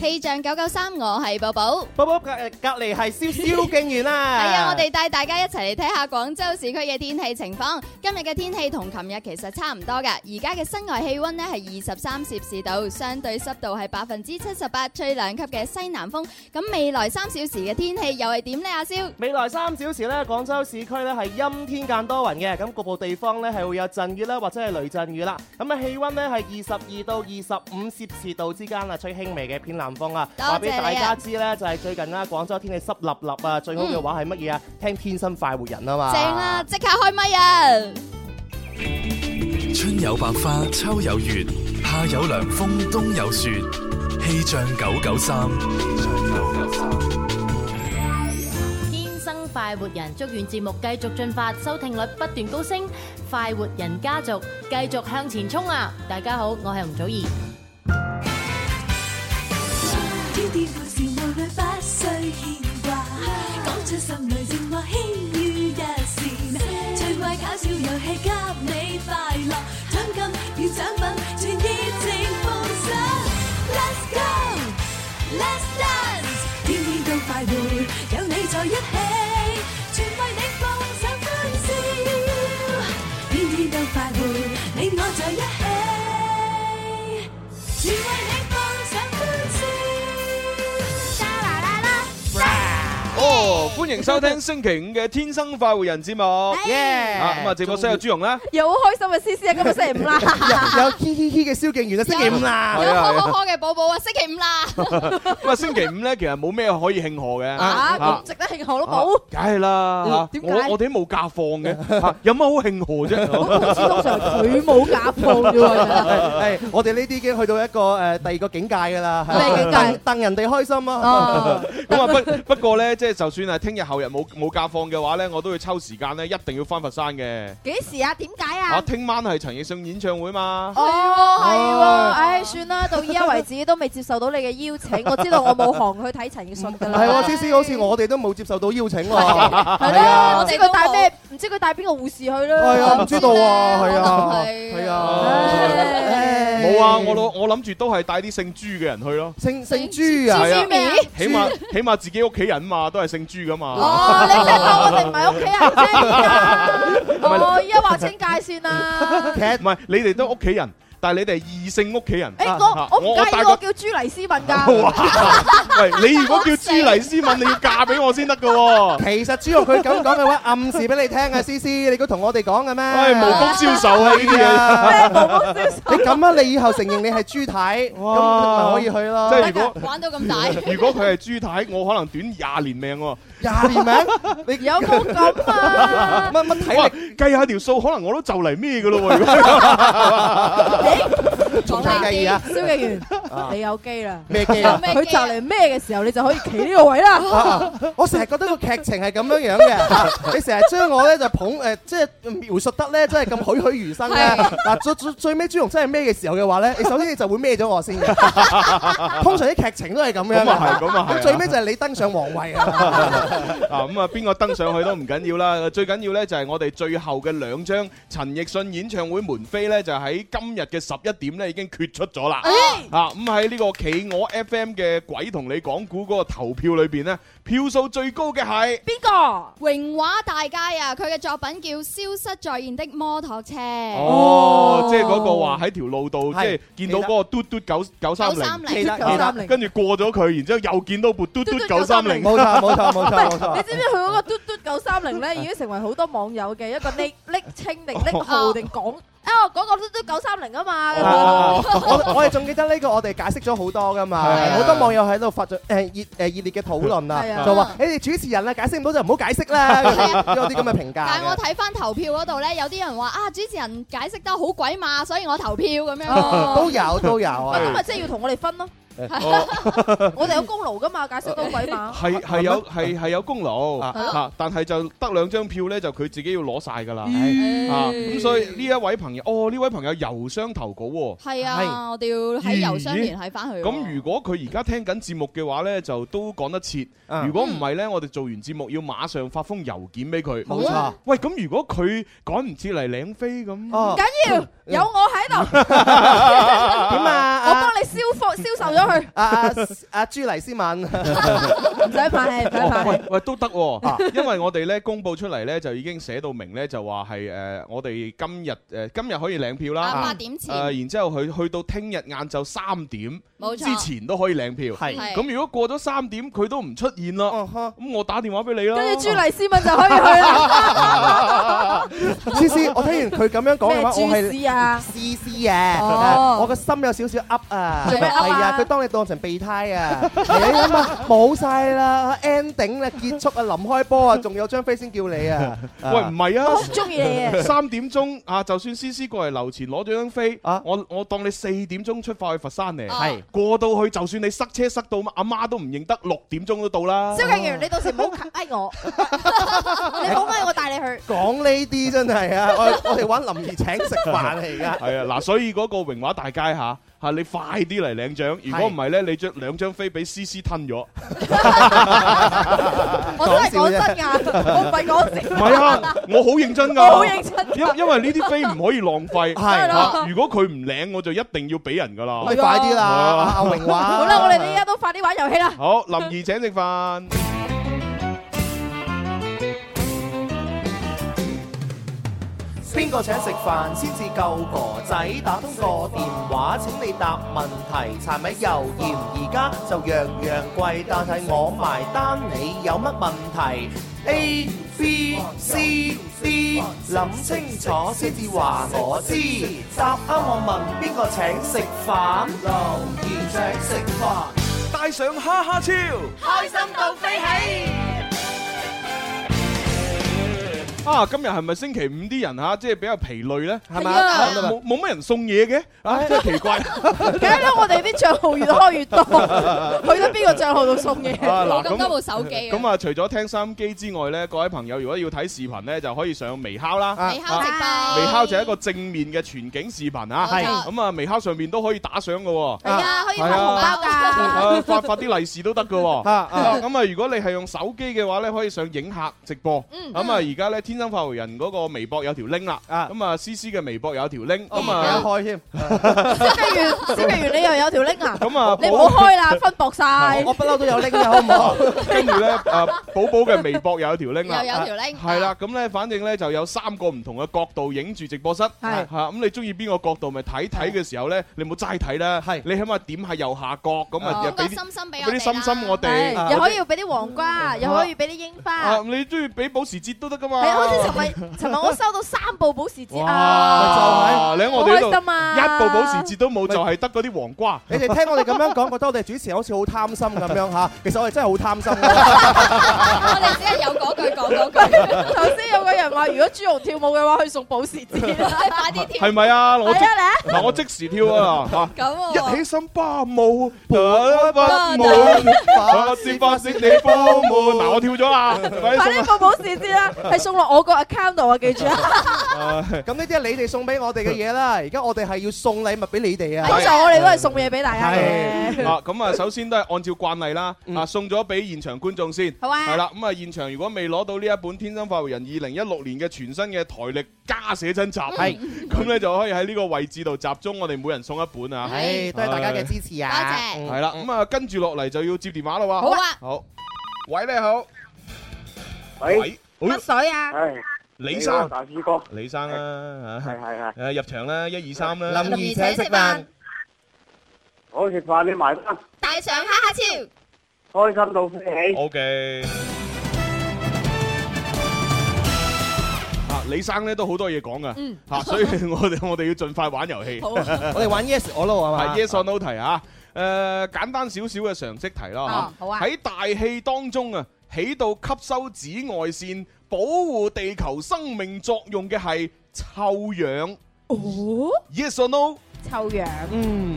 氣象九九三，我係寶寶。寶寶隔隔離係蕭蕭敬元啦。係啊，我哋帶大家一齊嚟睇下廣州市區嘅天氣情況。今日嘅天氣同琴日其實差唔多㗎。而家嘅室外氣温呢係二十三攝氏度，相對濕度係百分之七十八，吹兩級嘅西南風。咁未來三小時嘅天氣又係點呢？阿蕭，未來三小時咧，廣州市區咧係陰天間多雲嘅，咁局部地方咧係會有陣雨啦，或者係雷陣雨啦。咁啊，氣温咧係二十二到二十五攝氏度之間啊，吹輕微嘅偏南風啊。多謝你啊話俾大家知咧，就係最近啦，廣州天氣濕立立啊，最好嘅話係乜嘢啊？聽天生快活人啊嘛。嗯正啦，！即刻開咪啊！春有百花，秋有月，夏有涼風，冬有雪。氣象九九三，天生快活人，祝願節目繼續進發，收聽率不斷高升，快活人家族繼續向前衝啊！大家好，我係吳祖兒。天天歡笑，無慮不需牽掛，講出心裏情話，輕於一線。趣怪搞笑遊戲給你快樂，獎金與獎品全熱情奉上。Let's go，Let's dance，天天都快活，有你在一起，全為你放上歡笑。天天都快活，你我在一起。全為你放上歡笑。啦啦啦！ 哦，歡迎收聽星期五嘅《天生快活人》節目。耶！啊，咁啊，直播室有朱容啦，又好開心啊！思思啊，今日星期五 啦， 有有嘻嘻嘻嘅蕭敬元啊，星期五啦。有好好呵嘅寶寶啊，星期五啦，咁啊，星期五咧，其實冇咩可以慶賀嘅。啊，啊咁值得慶賀都冇，梗係啦嗯，嚇點解我我哋都冇假放嘅，嚇有乜好慶賀啫？好似通常佢冇假放啫喎。 係啊哎係我哋呢啲已經去到一個誒第二個境界㗎啦。係咩境界戥戥人哋開心啊！哦，咁啊，不不過咧，即係就算係聽日後日冇冇假放嘅話咧，我都要抽時間咧，一定要翻佛山嘅。幾時啊？點解啊，啊？聽晚係陳奕迅演唱會嘛。哦，係喎，唉，算啦，到依家為止都未接受到你嘅邀請，我知道我冇行去睇陳奕迅㗎啦。係啊喎，思思好似我哋都冇接受到邀請喎。啊係係啦，啊我知佢帶咩？唔知佢帶邊個護士去啦。係啊，唔知道啊，可哦係能啊，係係啊啊，冇啊，我諗我諗住都係帶啲姓朱嘅人去咯，姓姓朱啊，係啊朱咪起碼起碼自己屋企人嘛，都係姓朱噶嘛。哦，你真係當我哋唔係屋企人啫，而家哦，依家劃清界線啊啦。 其實唔係，你哋都屋企人，但係你哋係異性屋企人。誒，啊我我唔我介大意個我叫朱黎思敏㗎。 喂，你如果叫朱黎斯敏，你要嫁俾我先得噶喎。其實朱紅佢咁講嘅話，暗示俾你聽啊，思思，你估同我哋講嘅咩？唉，無福消受啊呢啲嘢。 啊！你咁啊，你以後承認你係朱太，咁咪可以去咯。即係如果玩到咁大， 如果佢係朱太，我可能短廿年命喎。廿年 名，你有冇咁啊？ 乜乜體哇力，計下條數，可能我都就嚟咩噶咯 喎。如果仲大計啊？蕭敬 元，你有機啦！咩機啊？佢就嚟咩嘅時候，你就可以企呢個位啦。啊我成日覺得個劇情係咁樣樣 嘅，你成日將我咧就捧誒，即係描述得咧真係咁栩栩如生咧。嗱，最最最尾朱紅真係孭嘅時候嘅 話咧，你首先你就會孭咗我先嘅。通常啲劇情都係咁樣咁啊嘅。係，咁啊係。咁最尾就係你登上皇位 啊！啊咁啊，邊個登上去都唔緊要啦，最緊要呢，就係我哋最後嘅兩張陳奕迅演唱會門飛呢，就喺今日嘅十一點呢已經決出咗啦。啊咁喺呢個企鵝 FM 嘅鬼同你講股嗰個投票裏邊呢，票數最高嘅係邊個？榮華大街啊，佢嘅作品叫《消失在現的摩托車》。哦，即係嗰個話喺條路度即係係見到嗰個嘟嘟九九三九零三。零，記得九記三得，零。跟住過咗佢，然之後又見到部嘟嘟嘟嘟九三零，冇錯冇錯冇錯冇你 錯。知唔知佢嗰個嘟嘟九三零 咧，已經成為好多網友嘅一個昵昵稱定昵號定講啊，嗰個嘟嘟九三零啊嘛。哦我我哋仲記得呢個，我哋解釋咗好多噶嘛，係啊好多網友喺度發咗誒熱誒熱烈嘅討論係啊，啊就話你哋主持人啊解釋唔到就唔好解釋啦，有啲咁嘅評價嘅。但係我睇翻投票嗰度咧，有啲人話啊，主持人解釋得好鬼嘛，所以我投票咁樣。都有都有喂，咁啊！ 咪即係要同我哋分咯。哦，我哋有功勞噶嘛，解釋到鬼 馬。係係有係係有功勞啊啊，但係就得兩張票咧，就佢自己要攞晒㗎啦。啊，咁咁所以呢一位朋友，哦呢位朋友郵箱投稿喎。係啊，我哋要喺郵箱聯繫翻佢喎。咁如果佢而家聽緊節目嘅話呢，就都講得切。啊如果唔係呢，我哋做完節目要馬上發封郵件俾佢。啊冇錯。喂，咁如果佢趕唔切嚟領飛咁，唔哦，緊要，有我喺度， 點啊？我幫你消貨銷售咗佢，啊啊啊！朱黎斯敏，唔使怕氣，唔使怕哦氣。喂喂都得喎，因為我哋呢公佈出嚟呢，就已經寫到明呢，就話係誒我哋今日誒今日可以領票啊八啦。點前誒，，然之後佢去到聽日晏晝三點冇之錯。前都可以領票。係係咁如果過咗三點佢都唔出現啦，哦呵咁我打電話俾你啦。跟住朱麗斯敏就可以去啦。 思思，我聽完佢咁樣講嘅咩話，我朱係 à. 斯啊？思思啊 Ờ. 哦，我個心有少少噏啊，做咩噏啊啊，佢當你當成備胎啊，你諗下冇晒啦，ending 啦，結束啊，臨開波啊，仲有張飛先叫你 啊，啊喂，唔係啊我。好中意你 à. 啊！ 三點鐘啊，就算思思過嚟樓前攞咗張飛，啊我我當你四點鐘出發去佛山嚟，係過到去就算你塞車塞到阿媽都唔認得，六點鐘都到啦。蕭敬元，你到時唔好呃 我，你唔好呃我帶你去。講呢啲真係啊，我我哋玩林兒請食飯啊而家。 係啊，嗱，所以嗰個榮華大街嚇嚇，你快啲嚟領獎，如果唔係咧，你將兩張飛俾思思吞咗。 我真係講真㗎，我唔係講唔笑。係啊，我好認真㗎。我好認真。因因為呢啲飛唔可以浪費，係啊如果佢唔領，我就一定要俾人㗎啦。你快啲啦，啊阿阿榮華。好啦，我哋呢家都快啲玩遊戲 啦。好，林兒請食飯。邊個請食飯先至夠哥仔？打通個電話請你答問題，柴米油鹽而家就樣樣貴，但係我埋單，你有乜問題？A B C D，諗清楚先至話我知。答啱我問邊個請食飯？留言請食飯。带上哈哈超，啊，今日係咪星期五啲人嚇，即係比較疲累呢？係咪係啊啊冇冇乜人送嘢嘅，啊，真係奇怪。梗係啦，我哋啲帳號 越開 越多，去到邊個帳號度送嘢？啊冇嗱咁多部咁。手機啊咁啊，除咗聽收音機之外呢，各位朋友如果要睇視頻呢，就可以上微烤啊啦。微烤直播，微烤就係一個正面嘅全景視頻啊。係咁啊，微烤上面都可以打賞嘅喎。係啊，可以係發啊紅包㗎。啊，發發啲利是都得嘅喎。 啊啊啊咁啊，如果你係用手機嘅話呢，可以上影客直播。嗯咁啊，而家呢，天生發回人嗰個微博有條 link 啦。啊哦咁啊，C C 嘅微博有條 link。咁有啊，開 添，蕭敬元，蕭敬元，你又有條 link 啊？咁啊，你寶唔好開啦，分 薄晒。不嬲都有拎嘅，好唔好？ 跟住咧，啊，寶寶嘅微博又有條 link 啦，又有條啊 link 係啦，咁咧，反正咧就有三個唔同嘅角度影住直播室，係嚇咁你中意邊個角度咪睇睇嘅時候咧，你冇齋睇啦，係你起碼點下右下角咁啊，咁又俾哦個啲心心俾俾我哋啲心心啊我哋哋，嗯係又可以俾啲黃瓜，又可以俾啲櫻啊，花。你中意俾保時捷都得噶嘛，係啊，好似尋日，尋日我收到三部保時捷啊！哇，你喺我好開哋呢度心啊！一部保時捷都冇，就係得嗰啲黃瓜。你哋聽我哋咁樣講，覺得我哋主持人好似好貪心咁樣嚇，其實我哋真係好貪心㗎。我哋只係有嗰句講嗰句， 頭先有個人話，如果朱紅跳舞嘅話，去送保時捷。係啊，快啲跳 係咪啊？我即你啊，嗱，我即時跳啊！嚇咁一喎。起身巴舞，不舞，發泄發泄你波舞。嗱，我跳咗啦，啊快快啲啲送報保時捷啦，係送落我個 account 度啊！記住啊， 啊！ 咁呢啲係你哋送俾我哋嘅嘢啦，而家我哋係要送禮物俾你哋 à. 通啊！常我哋都係送嘢俾大家嘅。啊，咁啊，首先都係按照慣例啦，啊，送咗俾現場觀眾先，好啊係啦，咁啊，現場如果未攞到呢一本《天生發育人》二零一六年嘅全新嘅台歷加寫真集，係咁咧就可以喺呢個位置度集中，我哋每人送一本啊，唉，多謝大家嘅支持啊！多係啦，咁啊，跟住落嚟就要接電話啦喎，好啊，好，喂，你好，喂，喂，哎水啊！係李生，大師哥，李生啦，係嚇係係，誒入場啦，一二三啦，林兒請食飯，我食飯你埋單，帶上哈哈超，開心到飛起。 O K。啊，李生咧都好多嘢講噶，嚇，所以 我哋我哋要盡快玩遊戲。好啊嗯我哋玩 yes 我 no 係嘛係 yes or no 題啊，誒簡單少少嘅常識題啦哦嚇。好啊喺大氣當中啊，起到吸收紫外線、保護地球生命作用嘅係臭氧。哦， Yes or no？臭氧，嗯，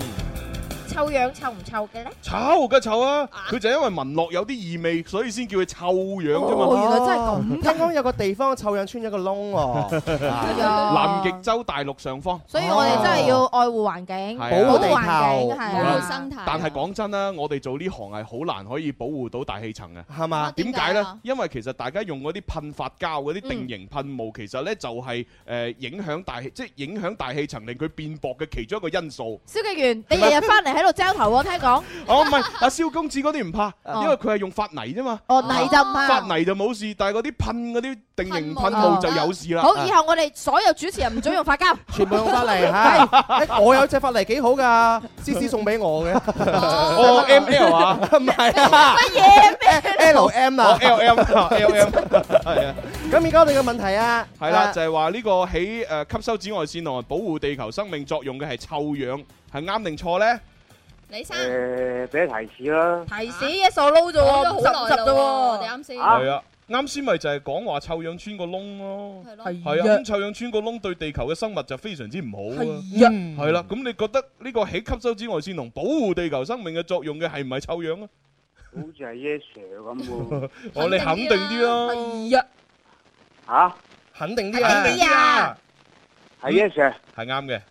臭臭氧臭唔臭嘅咧？臭嘅臭啊！佢就因為聞落有啲異味，所以先叫佢臭氧啫嘛。咁。聽講有個地方臭氧穿咗個窿 à. 喎，啊哦南極洲大陸上方。哦所以我哋真係要愛護環境，係啊保護保護地球環境，係保啊護生但係講真啦，我哋做呢行係好難可以保護到大氣層嘅，係啊嘛？點解呢？因為其實大家用嗰啲噴發膠、嗰啲嗯定型噴霧，其實呢就係誒影響大氣，即係影響大氣層令佢變薄嘅其中一個因素。消極員，你日日翻嚟喺度焦頭喎，聽講。哦，唔係，阿蕭公子嗰啲唔怕，哦因為佢係用發泥啫嘛。哦泥就唔怕發泥就冇事，但係嗰啲噴嗰啲定型噴霧就有事啦。啊好， 以後我哋所有主持人唔准用髮膠， 全部用法嚟 嚇。誒我有隻法嚟幾好㗎，思思送俾我嘅。哦，M L 啊，唔係啊，乜嘢咩？ L M 哦啊。 L M 啊，L M 係啊。咁而家我哋嘅問題啊，係啦，就係話呢個喺誒吸收紫外線同埋保護地球生命作用嘅係臭氧，係啱定錯呢？李生，Ờ, 诶，俾啲提示啦。提示 yes or no 啫講喎，咗五好十耐五十啦啫喎我哋喎。啱先啊係啊，啱先咪就係講話臭氧穿個窿咯。係咯，係係啊，咁臭氧穿個窿對地球嘅生物就非常之唔好啊。係啊，係啦，咁你覺得呢個喺吸收紫外線同保護地球生命嘅作用嘅係唔係臭氧啊？好似係 Yes Sir 咁喎。我哋肯定啲啦，係啊，吓，肯定啲啊肯啊。定啲啊，係 Yes Sir。係啱嘅。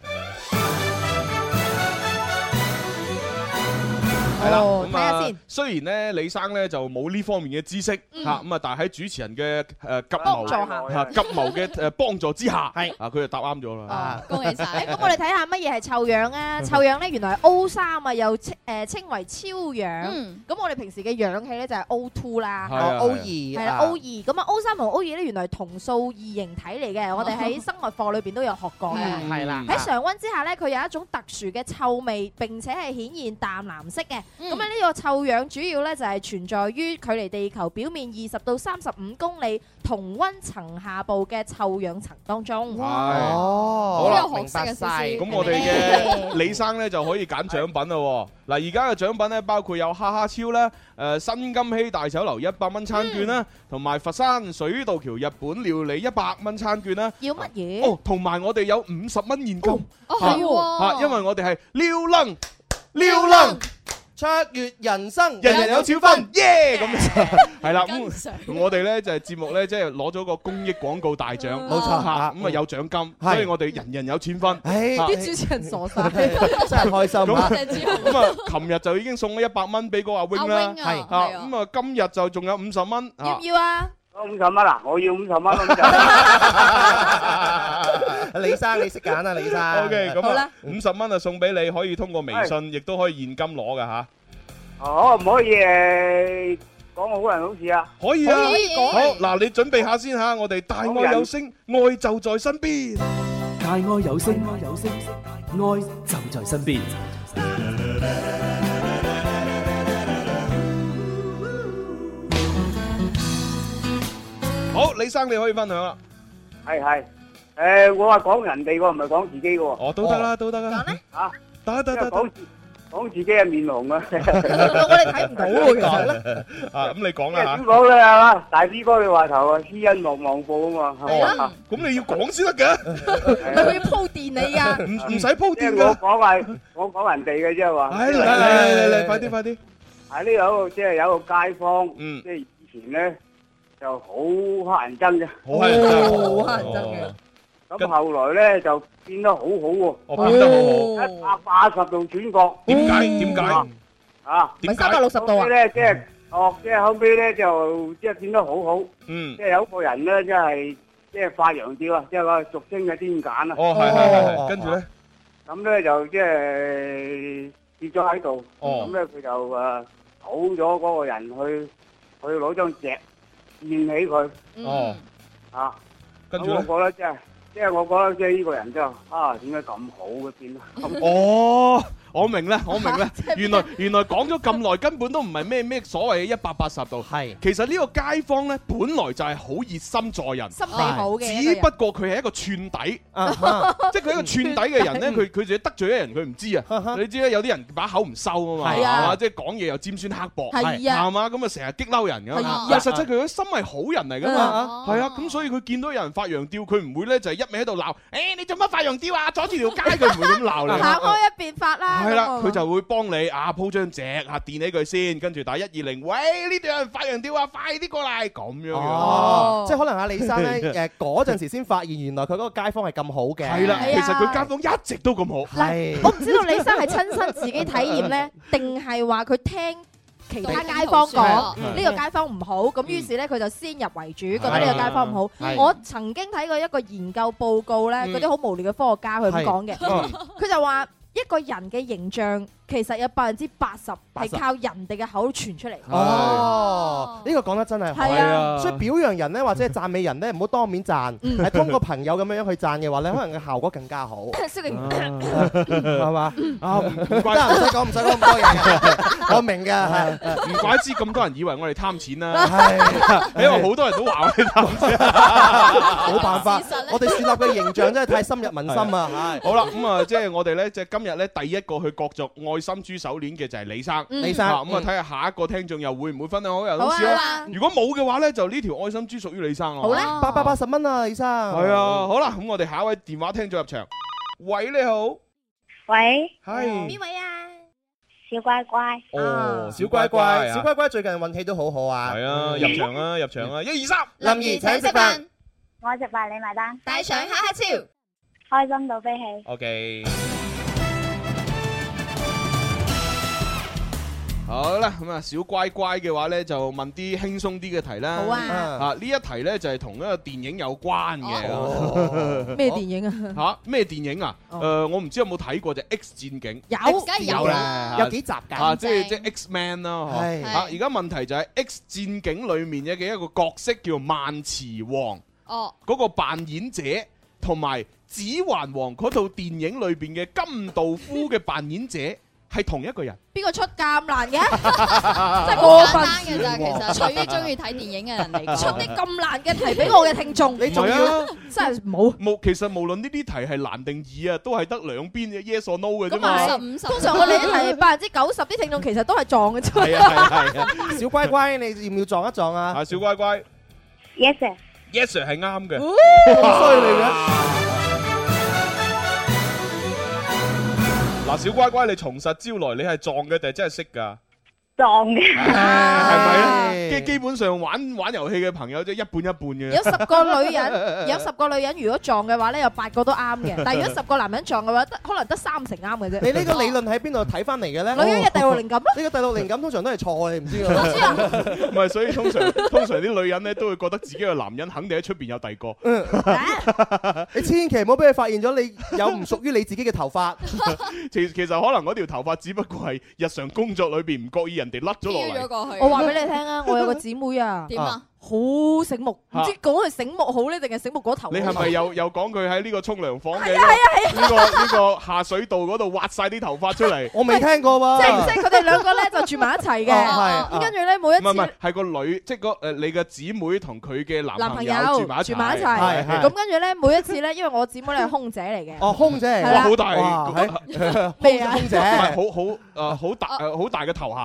係啦，哦咁睇下啊先，嗯雖然咧李生咧就冇呢方面嘅知識嚇，咁啊，但係喺主持人嘅誒急謀幫助下嚇急謀嘅誒幫助之下，係啊，佢就答啱咗啦。啊恭喜晒！哎咁我哋睇下乜嘢係臭氧啊？臭氧咧原來係 O 三啊，又稱誒稱為超氧。嗯，咁我哋平時嘅氧氣咧就係 O two 啦。係啊 O 二係係啦，O 二咁啊，O 三同 O 二咧原來係同素異形體嚟嘅，我哋喺生物課裏邊都有學過嘅。嗯係係啦。喺常温之下咧，佢有一種特殊嘅臭味，並且係顯現淡藍色嘅。咁啊，咁呢個臭氧主要咧就係存在於距離地球表面二十到三十五公里同温層下部嘅臭氧層當中。係，哦，好有好學識啊思思咁我哋嘅李生咧就可以揀獎品咯喎。嗱，而家嘅獎品咧包括有哈哈超啦、誒新金禧大酒樓一百蚊餐券啦，同埋佛山水道橋日本料理一百蚊餐券啦。要乜嘢？哦，同埋我哋有五十蚊現金哦係嚇，喎，因為我哋係撩楞撩楞，卓越人生，人人有少分，耶咁係啦跟咁。上我哋咧就係節目咧，即係攞咗個公益廣告大獎，冇錯嚇咁啊有獎金，係所以我哋人人有錢分。唉，啊啲主持人傻晒。真係開心啊！謝志豪咁啊，琴日就已經送咗一百蚊俾嗰阿 wing 阿啦 wing，係啊，啊，係啊咁啊今日就仲有五十蚊要啊唔。要啊？五十蚊啊！我要五十蚊咁就。 李生，你識揀啊，李生。 O K，咁好啊啦，五十蚊啊送俾你，可以通過微信，亦都可以現金攞噶吓，哦，可唔可以誒講好人好事啊？可以啊。可以好嗱，你準備下先吓，我哋大愛有聲，愛就在身邊。大愛有聲，愛有聲，愛就在身邊。好，李生你可以分享啦，係係。誒，我話講人哋喎，唔係講自己嘅喎。哦都得啦，都得啦講咧，啊，得得因為得講得，自講自己嘅面紅啊。 我哋 睇唔到喎，其實咧。啊咁你講啦吓點。講咧係嘛？大 B 哥嘅話頭啊，施恩莫望報啊嘛。係嘛哦，咁你要講先得嘅，唔係佢要鋪墊你啊噶，唔唔使鋪嗯即係墊我噶。講係 我講人哋嘅啫嘛。唉，嚟嚟嚟嚟，快啲快啲。喺呢度即係有一個街坊，嗯即係以前咧就好黑人憎嘅，好乞人憎，哦好乞人憎嘅咁咁後來咧就變得好好喎，哦，變得好好。一百八十度轉角點解？點解哦？啊！點三百解？六十度後啊尾！咧即係哦，即係後尾咧就即係變得好好，嗯即，係有個人咧即係即係發揚啲啊，即係個俗稱嘅癲簡啊，哦，係係係係，跟住咧，咁咧就即係跌咗喺度，哦咁咧佢就誒扭咗嗰個人去去攞張席墊起佢哦，啊！跟住咁我覺得咧，即係，即係我覺得即係呢個人真係啊，點解咁好嘅變得 咁 哦。我 明啦，我明啦，原來原來講咗咁耐，根本都唔係咩咩所謂嘅一百八十度。係其實呢個街坊呢，本來就係好熱心助人，心地好嘅只一個不過佢係一個串底，啊哈 即係佢係一個串底嘅人 呢，佢佢自己得罪咗人，佢唔知 啊。哈哈你知啦，有啲人把口唔收啊嘛，係啊係嘛即係講嘢又尖酸刻薄，人係啊，係嘛，咁啊成日激嬲人噶係嘛啊。但係實際佢嘅心係好人嚟噶嘛。啊係啊，咁所以佢見到有人發羊吊，佢 唔會咧就係一味喺度鬧，誒你做乜發羊吊啊？阻住條街，佢唔會咁鬧行你。開一邊發啦，係啦，哦佢就會幫你啊鋪張席啊墊起佢先，跟住打一二零，喂呢度有人發羊吊啊，快啲過嚟咁樣哦，樣。即係可能阿李生 咧，誒嗰陣時先發現原來佢嗰個街坊係咁好嘅。係啊啦，其實佢街街坊一直都咁好。係我唔知道李生係親身自己體驗呢，定係話佢聽其他街坊講嗯呢個街坊唔好，咁於是呢，佢就先入為主，覺得呢個街坊唔好係。我曾經睇過一個研究報告呢，嗯嗰啲好無聊嘅科學家佢咁講嘅係嗯，佢就話一個人嘅形象其實有百分之八十80係靠人哋嘅口傳出嚟。哦，呢個講得真係好係啊所以表揚人咧，或者係讚美人咧，唔好當面讚，嗯係通過朋友咁樣樣去讚嘅話咧，可能嘅效果更加 好。蕭敬係嘛？啊，唔得，唔使怪講，唔使講咁多嘢，我明嘅。係 唔怪之咁多人以為我哋貪 錢係啦， 因為好多人都話我哋貪錢，冇辦法，我哋樹立嘅形象真係太深入民心啊！好啦，咁啊，即係我哋咧，即係今日咧第一個去角逐愛心珠手鏈嘅就係李生，嗯李生啊咁啊嗯睇下下一個聽眾又會唔會分享好又好啊好好啦啊。如果冇嘅話咧，就呢條愛心珠屬於李生咯。好啦，八百八十蚊啊，李生。係啊，好啦，咁我哋下一位電話聽眾入場。喂，你好，喂，係邊位啊？小乖啊乖，哦小乖乖，小小乖乖乖最近運氣都好好啊！嗯係啊，入場啊，入場啊，一二三，林怡請食飯。我食飯你埋單，帶上哈哈超，開心到飛起。 O K。好啦，咁啊，小乖乖嘅話呢，就問啲輕鬆啲嘅題啦。好啊啊呢一題呢，就係同一個電影有關 嘅。咩電影啊？哦吓咩電影啊？誒，我唔知有冇睇過就《X 戰警》。有梗係有啦咧有幾集㗎啊，即正係即係 X Man 啦。係嚇啊，而家問題就係《X 戰警》裡面嘅一個角色叫萬磁王。哦，嗰個扮演者同埋《指環王》嗰套電影裏邊嘅金道夫嘅扮演者係同一個人。邊個出咁 難嘅？真係過分簡單嘅咋，其實對於中意睇電影嘅人嚟出講，啲咁難嘅題俾我嘅聽眾，你仲要 真係冇啊冇，其實無論呢啲題係難定易啊，都係得兩邊嘅 yes or no 嘅啫咁嘛。啊係，通常我哋一題百分之九十啲聽眾其實都係撞嘅啫。係啊係啊係 啊，小乖乖，你要唔要撞一撞啊？啊小乖乖 Yes sir， ，yes sir 係啱嘅。咁犀利嘅。嗱，小乖乖，你從實招來，你係撞嘅定係真係識㗎？撞嘅，係咪咧？基基本上玩玩遊戲嘅朋友即係一半一半嘅。有十個女人， 有十個女人如果撞嘅話咧，有八個都啱嘅。但係如果十個男人撞嘅話，得可能得三成啱嘅啫。你呢個理論喺邊度睇翻嚟嘅咧？哦女人嘅第六靈感啊咯。 呢個第六靈感通常都係錯，你唔知㗎。 唔係，所以通常通常啲女人咧都會覺得自己個男人肯定喺出邊有第二個。 嗯 你千祈唔好俾佢發現咗你有唔屬於你自己嘅頭 髮。其其實可能嗰條頭髮只不過係日常工作裏邊唔覺意人哋甩咗落飄咗過嚟。我話俾你聽 啊，我有個姊妹啊，點啊？好醒目，唔知啊講佢醒目好咧，定係醒目嗰頭好？啊你係咪又又講佢喺呢個沖涼房嘅呢係啊係啊個呢個呢個下水道嗰度挖晒啲頭髮出嚟？ 我未聽過即係喎。即係佢哋兩個咧就住埋一齊嘅，哦係咁跟住咧每唔係唔一係次，。係個女，即係個誒你嘅姊妹同佢嘅男男朋朋友友住埋一齊，住埋一係齊，咁跟住咧，每一次咧，因為我姊妹咧係空姐嚟嘅，哦，空姐嚟㗎係啦好大哇個咩啊空姐唔係好好誒好大誒好大嘅頭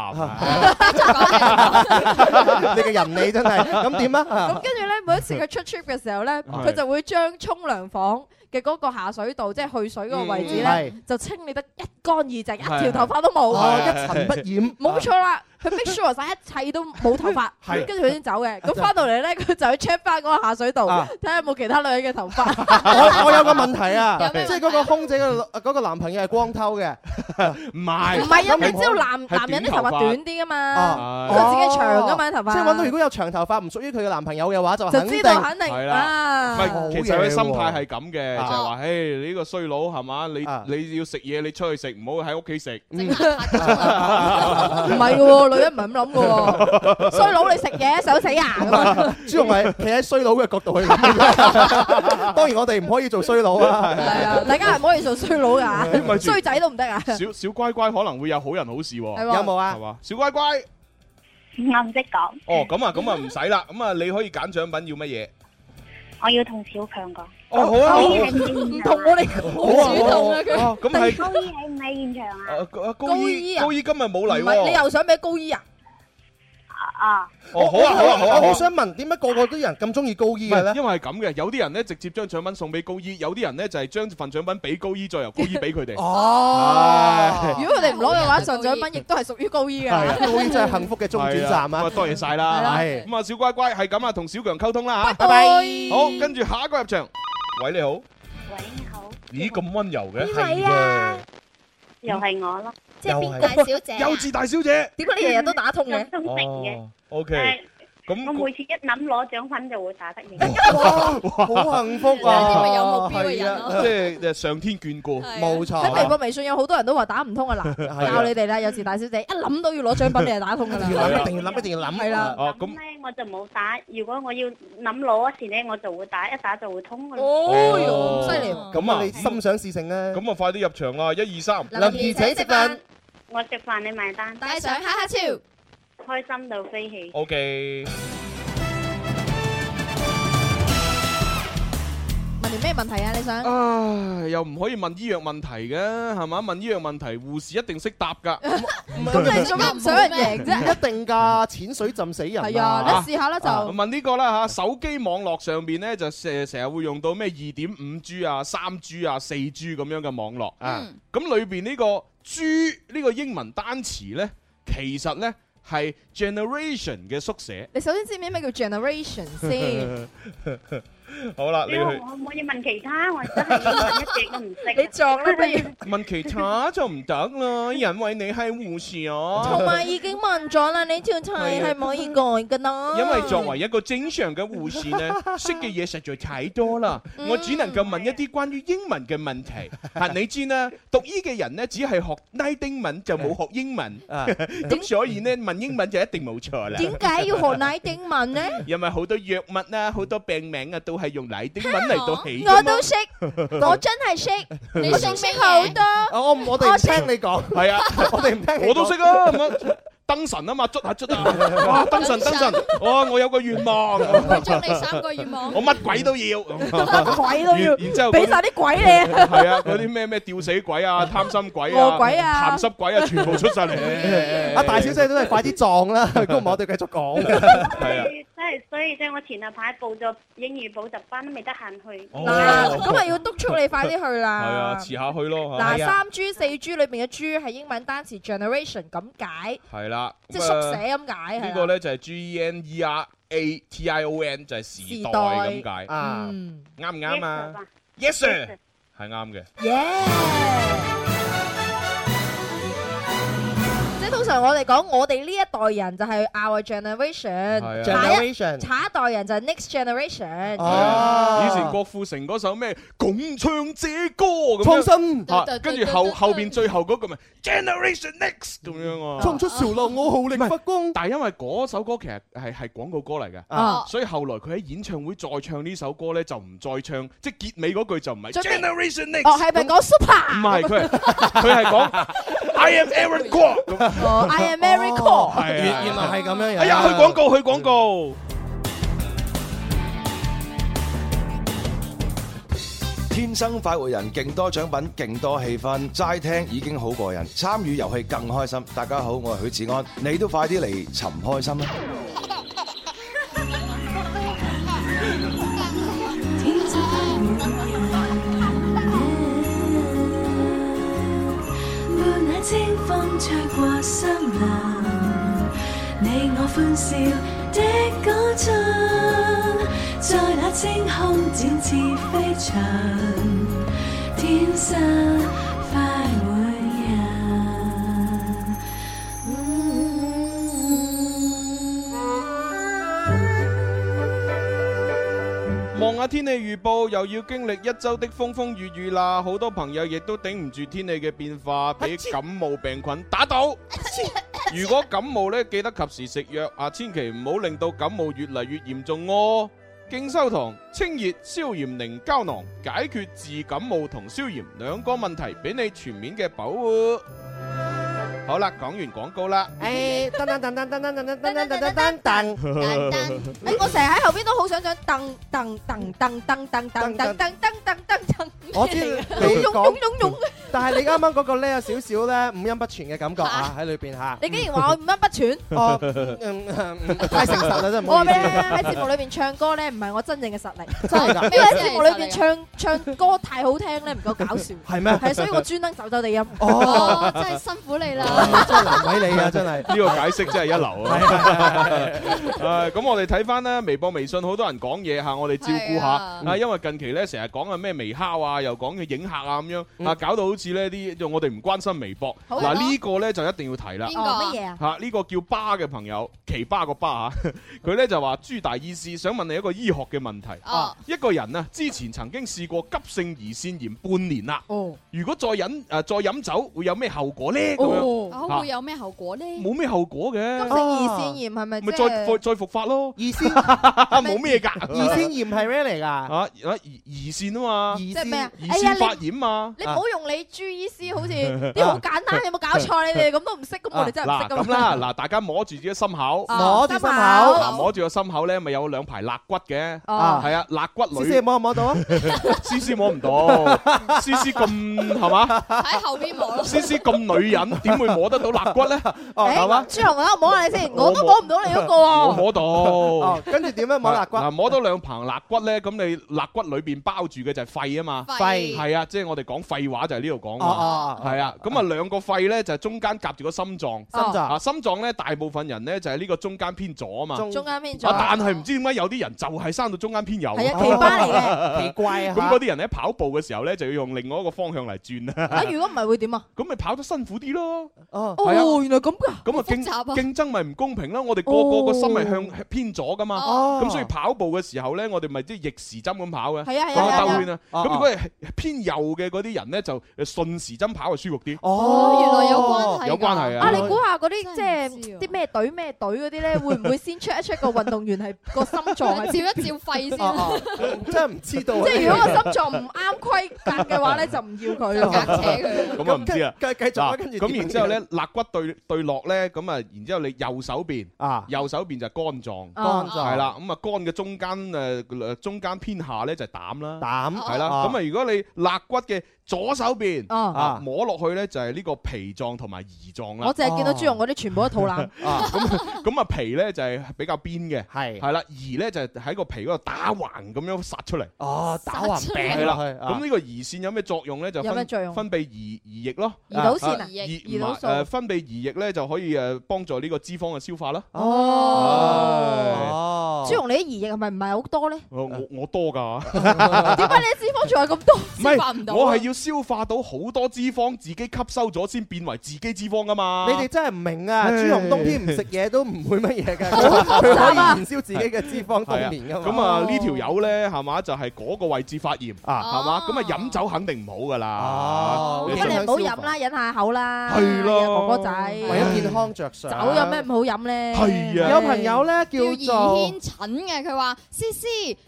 銜。你嘅人理真係咁點咁啊？跟住咧，每一次佢出 trip 嘅時候咧，係佢就會將沖涼房嘅嗰個下水道，即係去水嗰個位置咧嗯，就清理得一乾二淨，一係條頭髮都冇，哦一塵不染。冇錯啦，佢 make sure 晒一切都冇頭 髮，係跟住佢先走嘅。咁翻到嚟咧，佢就去 check 翻嗰個下水道，啊睇下有冇其他女人嘅頭 髮。 我我有個問題啊， 有咩問題啊即係嗰個空姐嘅嗰個男朋友係光頭嘅，唔係唔係啊，你知道係男短男人啲頭頭髮髮短啲噶嘛啊，佢自己長噶嘛頭髮。即係揾到如果有長頭髮唔屬於佢嘅男朋友嘅話，就就肯定知道肯定係啊啦，唔係，其實佢心態係咁嘅，就啊係話，誒你呢個衰佬係嘛，你你要食嘢你出去食，唔好喺屋企食。 唔係嘅喎， 女人唔係咁諗嘅喎，衰佬你食嘢想死啊咁啊！朱紅係企喺衰佬嘅角度去諗，當然我哋唔可以做衰佬啦。係啊，大家唔可以做衰佬咦咪㗎，住衰仔都唔得啊！小小乖乖可能會有好人好事喎，係喎有冇啊係嘛，小乖乖，我唔識講，哦咁啊咁啊唔使啦，咁啊你可以揀獎品要乜嘢？我要同小強講。哦好啊好啊高二係唔係現場啊？我哋好主動啊佢哦咁係高二 à? 係唔係現場啊？啊高高姨姨啊高姨今日冇嚟唔係你喎，又想俾高醫啊？啊，哦，好啊，好啊，好我啊！好好啊想問點解個個都有人咁中意高唔醫嘅係咧？因為係咁嘅，有啲人咧直接將獎品送俾高醫，有啲人咧就係將份獎品俾高醫，再由高醫俾佢哋。哦係如果佢哋唔攞嘅話，上獎品亦都係屬於高醫係啊㗎。高醫真係幸福嘅中轉站係咁啊！多謝晒啦，係咁啊，小乖乖係咁啊，同小強溝通啦嚇，拜拜好，跟住下一個入場，喂你好，喂你好，咦咁温柔嘅，邊位啊？又係我咯，即係邊個大小姐啊幼稚大小姐點點解你日日都打通嘅？通明嘅，哦，OK，誒咁我 每次一諗攞獎品就會打得贏。哇好幸福啊！呢啲咪有目標嘅人咯即係誒上天眷顧，冇錯喺微博、微信有好多人都話打唔通啊！嗱，係啊教你哋啦，有時大小姐一諗到要攞獎品，你就打通㗎啦。要諗，一定要諗，一定要諗。係啦哦咁咧我就冇打，如果我要諗攞嗰時咧，我就會打，一打就會通㗎啦。哦咁犀利咁啊，你心想事成咧，咁啊，快啲入場啦，一二三，林兒請食飯，我食飯你埋單，帶上哈哈超，開心到飛 起。 ，OK，問完咩問題啊？你想？Ờ. 唉，又唔可以問醫藥問題嘅，係嘛？問醫藥問題，護士一定識答㗎。咁你做乜唔想人贏啫？一定㗎，淺水浸死人。係啊，你試下 À. 啦就。啊問呢個啦嚇，手機網絡上邊咧就呃成成日會用到咩二點五 G 啊、三 G 啊、四 G 咁樣嘅網絡啊嗯。咁裏邊呢個 G 呢個英文單詞咧，其實咧係 generation 嘅縮寫。你首先知唔知咩叫 generation 先？好啦，你可唔可以問其他？我真係一隻都唔識。你作啦，不如。問其他就唔得啦，因為你係護士同埋啊。已經問咗啦，你條題係唔可以改㗎啦。因為 作為一個正常嘅護 士呢，識嘅嘢實在太多啦，我只能夠問一啲關於英文嘅問題。嚇，你知啦，讀醫嘅人呢，只係學拉丁文就冇學英文，咁所以呢，問英文就一定冇錯啦。點解要學 拉丁文呢？因為好多藥物啊，好多病名啊，都係用拉丁文嚟到起㗎嘛。我都 識，我真係識，啊你你識識咩識好多。我我哋唔聽你講， 係 啊，我哋唔聽你講。我都識啊，咁樣燈神啊嘛，捽下 捽下，哇，燈神燈神，哇，我有個願望，我祝你三個願望我乜鬼都要，乜鬼都要然然之後俾晒啲鬼你啊係啊，嗰啲咩咩吊死鬼啊、貪心鬼啊、餓鬼啊鹹濕鬼啊，全部出 晒嚟。阿大小姐都係快啲撞啦，都唔好我哋繼續講。係啊，真係衰啫！我前一排報咗英語補習班，都未得閒去。 嗱，咁咪要督促你快啲去係啊，啦。遲下去咯。嗱，係啊三 G 四 G 裏邊嘅 G 係英文單詞 generation 咁解，係啦，即係咁縮啊寫咁解呢係個啦。咧就係 G E N E R A T I O N 就係時代時代咁解啊啱唔啱啊 Yes, ？Yes sir sir 係啱嘅。即係通常我哋講，我哋呢一代人就係 our generation，係啊下一 Generation 下一代人就係 next 哦 generation。係啊以前郭富城嗰首咩《共唱這歌》咁樣，創新啊跟住後後邊最後嗰個咪 Generation Next 咁樣啊，衝出潮流，我好力不光。但係因為嗰首歌其實係係廣告歌嚟啊嘅，所以後來佢喺演唱會再唱呢首歌咧，就唔再唱，即係結尾嗰句就唔係準備 Generation Next，哦，係咪講 super？唔係佢係佢係講 I am Aaron Kwok 咁。哦，I am Mary Cole。係啊原原來係咁樣樣。哎呀，去廣告，去廣告。天生快活人，勁多獎品，勁多氣氛，齋聽已經好過癮，參與遊戲更開心。大家好，我係許志安，你都快啲嚟尋開心啦！伴那清風吹過森林，你我歡笑的歌唱，在那青空展翅飛翔，天生快活人。望下天氣預報，又要經歷一周的風風雨雨啦。好多朋友亦都頂唔住天氣嘅變化，俾感冒病菌打到。如果感冒呢，記得及時食藥啊，千祈唔好令到感冒越嚟越嚴重哦。敬修堂清熱消炎寧膠囊，解決治感冒同消炎兩個問題，俾你全面嘅保護。好啦，講完廣告啦。誒，噔噔噔噔噔噔噔噔噔噔誒，噔。我成日喺後邊都好想想噔噔噔噔噔噔噔噔噔噔噔噔噔，我知你湧湧湧講湧湧。但係你啱啱嗰個咧有少少咧五音不全嘅感覺啊喺裏邊嚇。你竟然話我五音不全？哦，Ờ. 嗯嗯嗯太誠實啦，真係唔我好話意思俾你聽喺節目裏邊唱歌咧，唔係我真正嘅實力，真係㗎因為喺節目裏邊唱唱歌太好聽咧，唔夠搞笑。係咩係，所以我專登走走地音。哦真係辛苦你啦。Ờ. 鬼你啊，真係呢個解釋真係一流啊！誒，咁我哋睇翻咧，微博、微信好多人講嘢嚇，我哋照顧下係啊，因為近期咧成日講啊咩微烤啊，又講嘅影客啊咁樣啊，搞到好似呢啲就我哋唔關心微博。好啊嗱呢個咧就一定要提啦。邊個啊乜嘢啊嚇呢個叫巴嘅朋友，奇巴個巴嚇，佢咧就話朱大醫師想問你一個醫學嘅問題。哦一個人啊，之前曾經試過急性胰腺炎半年啦。哦，如果再飲誒再飲酒會有咩後果咧？咁樣哦嚇會有咩後果呢？冇咩後果嘅。急性胰腺炎係咪即哦咪再再係？再復發咯，二仙冇咩㗎，二仙炎係咩嚟㗎？啊啊胰胰腺啊嘛，即係咩啊？胰腺發炎啊，你唔好用你朱醫師好似啲好簡單，有冇搞錯？你哋咁都唔識，咁 À, 我哋真係唔嗱識㗎咁嘛啦，嗱大家摸住自己心口，啊摸住心口心口嗱摸住個心口咧，咪有兩排肋骨嘅，哦係啊，肋骨思思裏你摸唔摸到啊？思思摸唔到，思思咁係嘛？喺後邊摸咯。思思咁女人，點會摸得到肋骨咧？係嘛誒，？朱紅啊，我摸下你先，我都摸唔到啊你嗰個我喎。摸到，哦啊跟住點樣摸肋骨嗱，摸到兩棚肋骨咧，咁你肋骨裏邊包住嘅就係肺啊嘛，肺係啊，即係我哋講廢話就係呢度講哦哦嘛，係啊，咁啊兩個肺咧就係中間夾住個心臟，心臟啊心臟咧大部分人咧就係呢個中間偏左啊嘛，中間偏左啊但係唔知點解有啲人就係生到中間偏右，係啊奇葩嚟嘅奇怪啊 咁嗰啲人咧跑步嘅時候咧就要用另外一個方向嚟轉啊啊，，如果唔係會點啊？咁咪跑得辛苦啲咯。哦係啊哦，原來咁㗎。咁啊競競爭咪唔公平啦！我哋個個個心係向偏左噶嘛，哦咁所以跑步嘅時候咧，我哋咪即係逆時針咁跑嘅，係啊係啊咁係啊兜圈啊。係啊咁如果係偏右嘅嗰啲人咧，就順時針跑就舒服啲。哦原來有關有關係啊！啊！你估下嗰啲即係啲咩隊咩隊嗰啲咧，會唔會先 check 一 check 個運動員係個 心臟係？照一照肺先哦哦真係唔知道啊。即係如果個心臟唔啱規格嘅話 咧，就唔要佢咯。 咁啊唔知啊，繼繼續啊跟住咁點然之後咧，肋骨對對落咧，咁啊，然之後你右手邊啊，右手邊就係肝臟，肝臟係啦，咁啊肝嘅中間誒中間偏下咧就係膽啦，膽哦係啦，啊咁啊如果你肋骨嘅左手邊啊啊摸落去咧就係呢個脾臟同埋胰臟啦，我淨係見到朱紅嗰啲全部都肚 腩。啊，咁咁啊皮咧就係比較邊嘅，係係啦，而咧就係喺個皮嗰度打橫咁樣殺出嚟。哦，打橫係餅啦，落去啊咁呢個胰腺有咩作用咧？就有咩分作用分泌胰胰液咯，胰島腺啊胰胰唔島係素誒分泌胰液咧就可以誒幫助呢個脂肪嘅消化啦。哦唉朱紅，你啲胰液係咪唔係好多 咧？我我我多㗎， 點解你脂肪仲係咁多？唔啊係我係要消化到好多脂肪，自己吸收咗先變為自己脂肪㗎嘛。你哋真係唔明啊！朱紅冬天唔食嘢都唔會乜嘢嘅，佢好可複雜以啊燃燒自己嘅脂肪冬眠噶係嘛。啊咁啊呢條友咧係嘛就係嗰個位置發炎啊係嘛，咁啊飲酒肯定唔好㗎啦。咁 你唔好飲啦，忍下口啦。係咯哥哥仔，為咗健康着想，酒有咩唔好飲咧？係啊有朋友咧叫叫怡做軒。蠢嘅，佢話：思思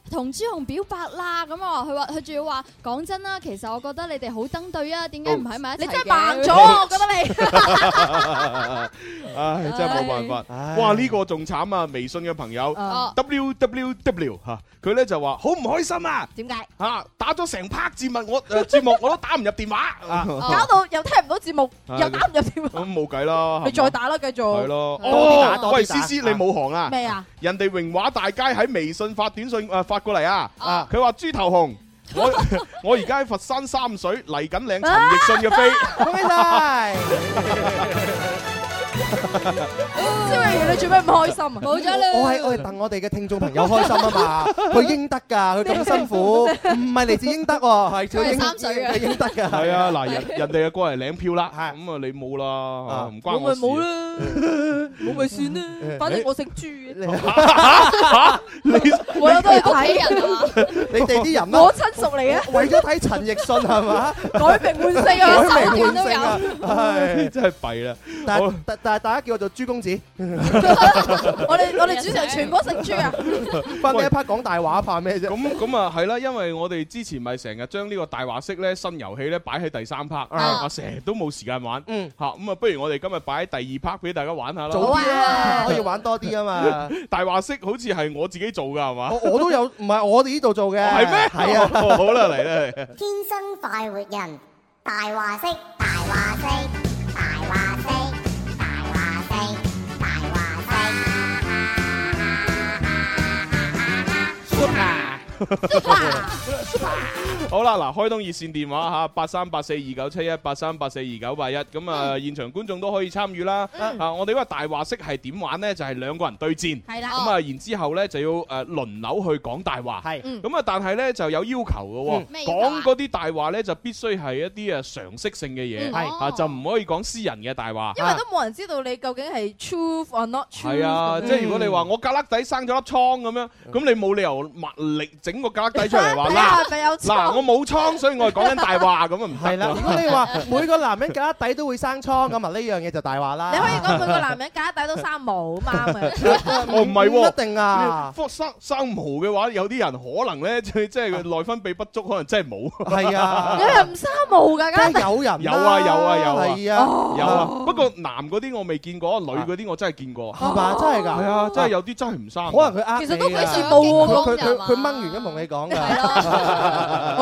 同朱紅表白啦，咁啊，佢話佢仲要話講真啦，其實我覺得你哋好登對啊，點解唔喺埋一齊嘅？你真係盲咗 啊我覺 唉，真係冇辦法。哇，呢個仲慘啊！微信嘅朋友啊 W W W 吓，佢咧就話好唔開心 啊！點解？吓打咗成 part 節目，我誒節目我都打唔入電話， 搞到又聽唔到節目，又打唔入電話。咁冇計啦。你再打啦，繼續。係咯。多啲打哦多啲打喂，思思你冇行啊？咩啊？人哋榮華大街喺微信發短信誒發過嚟啊！佢話 豬頭紅。我我而家喺佛山三水嚟緊領陳奕迅 嘅飛，恭喜晒！肖慧如，你做咩唔開心啊？冇咗啦我係我係戥我哋嘅聽眾朋友開心啊嘛，佢應得㗎，佢咁辛苦，唔係嚟自應得喎，係 佢佢係三水應嘅佢應得㗎。係啊，嗱人人哋啊過嚟 領票啦，咁啊你冇啦，唔關我事。啦，我咪算啦反正我姓朱嚇你我有得去睇人啊！你哋啲人咯，我親屬嚟嘅 為咗睇陳奕迅係嘛？改名換姓啊改名手段都換姓啊！有唉真係弊啦！但係但但係大家叫我做朱 公子，我哋我哋主持人全部都姓朱 啊！分你一 part 講大話，怕咩啫？咁咁啊，係啦，因為我哋之前咪成日將呢個大話式咧新遊戲咧擺喺第三 part，啊成日都冇時間玩，嗯嚇咁啊，不如我哋今日擺喺第二 part 俾大家玩下啦。早啲啦，可以玩多啲啊嘛！ 大話式好似係我自己做㗎係嘛？我我都哦有，唔係我哋呢度做嘅， 係咩？係啊，好啦，嚟啦。嚟啦天生快活人，大話式，大話式，大話式，大話式，大 À. 話好啦，嗱，開通熱線電話吓，八三八四二九七一，八三八四二九八一，咁啊，現場觀眾都可以參與啦。啊，我哋話大話式係點玩呢？就係兩個人對戰，係啦咁啊，然之後咧就要誒輪流去講大話，係嗯咁啊，但係咧就有要求嘅嗯喎，咩要求啊講嗰啲大話咧就必須係一啲誒常識性嘅嗯嘢，係啊，就唔可以講私人嘅大話。啊因為都冇人知道你究竟係 truth or not truth 係啊，咁樣即係如果你話我格旯底生咗粒瘡咁樣，咁你冇理由物力整個格旯底出嚟 話係咪有嗱瘡嗱，我冇瘡，所以我係講緊大話咁啊唔 得係啦，㗎。如果你話每個男人夾底都會生瘡，咁啊呢樣嘢就大話啦。你可以講每個男人假底都生毛 啱啊，哦，唔係喎，唔一定啊你科生 生毛嘅話，有啲人可能咧，即係即係佢內分泌不足，可能真係冇。係 啊有人唔生毛㗎，家梗係有人啦有啊有啊有啊，係啊有啊。不過男嗰啲我未見過，女嗰啲我真係見過。係嘛真係㗎係啊，真係有啲真係唔生。可能佢呃你啊佢佢佢佢掹完咁同你講 㗎。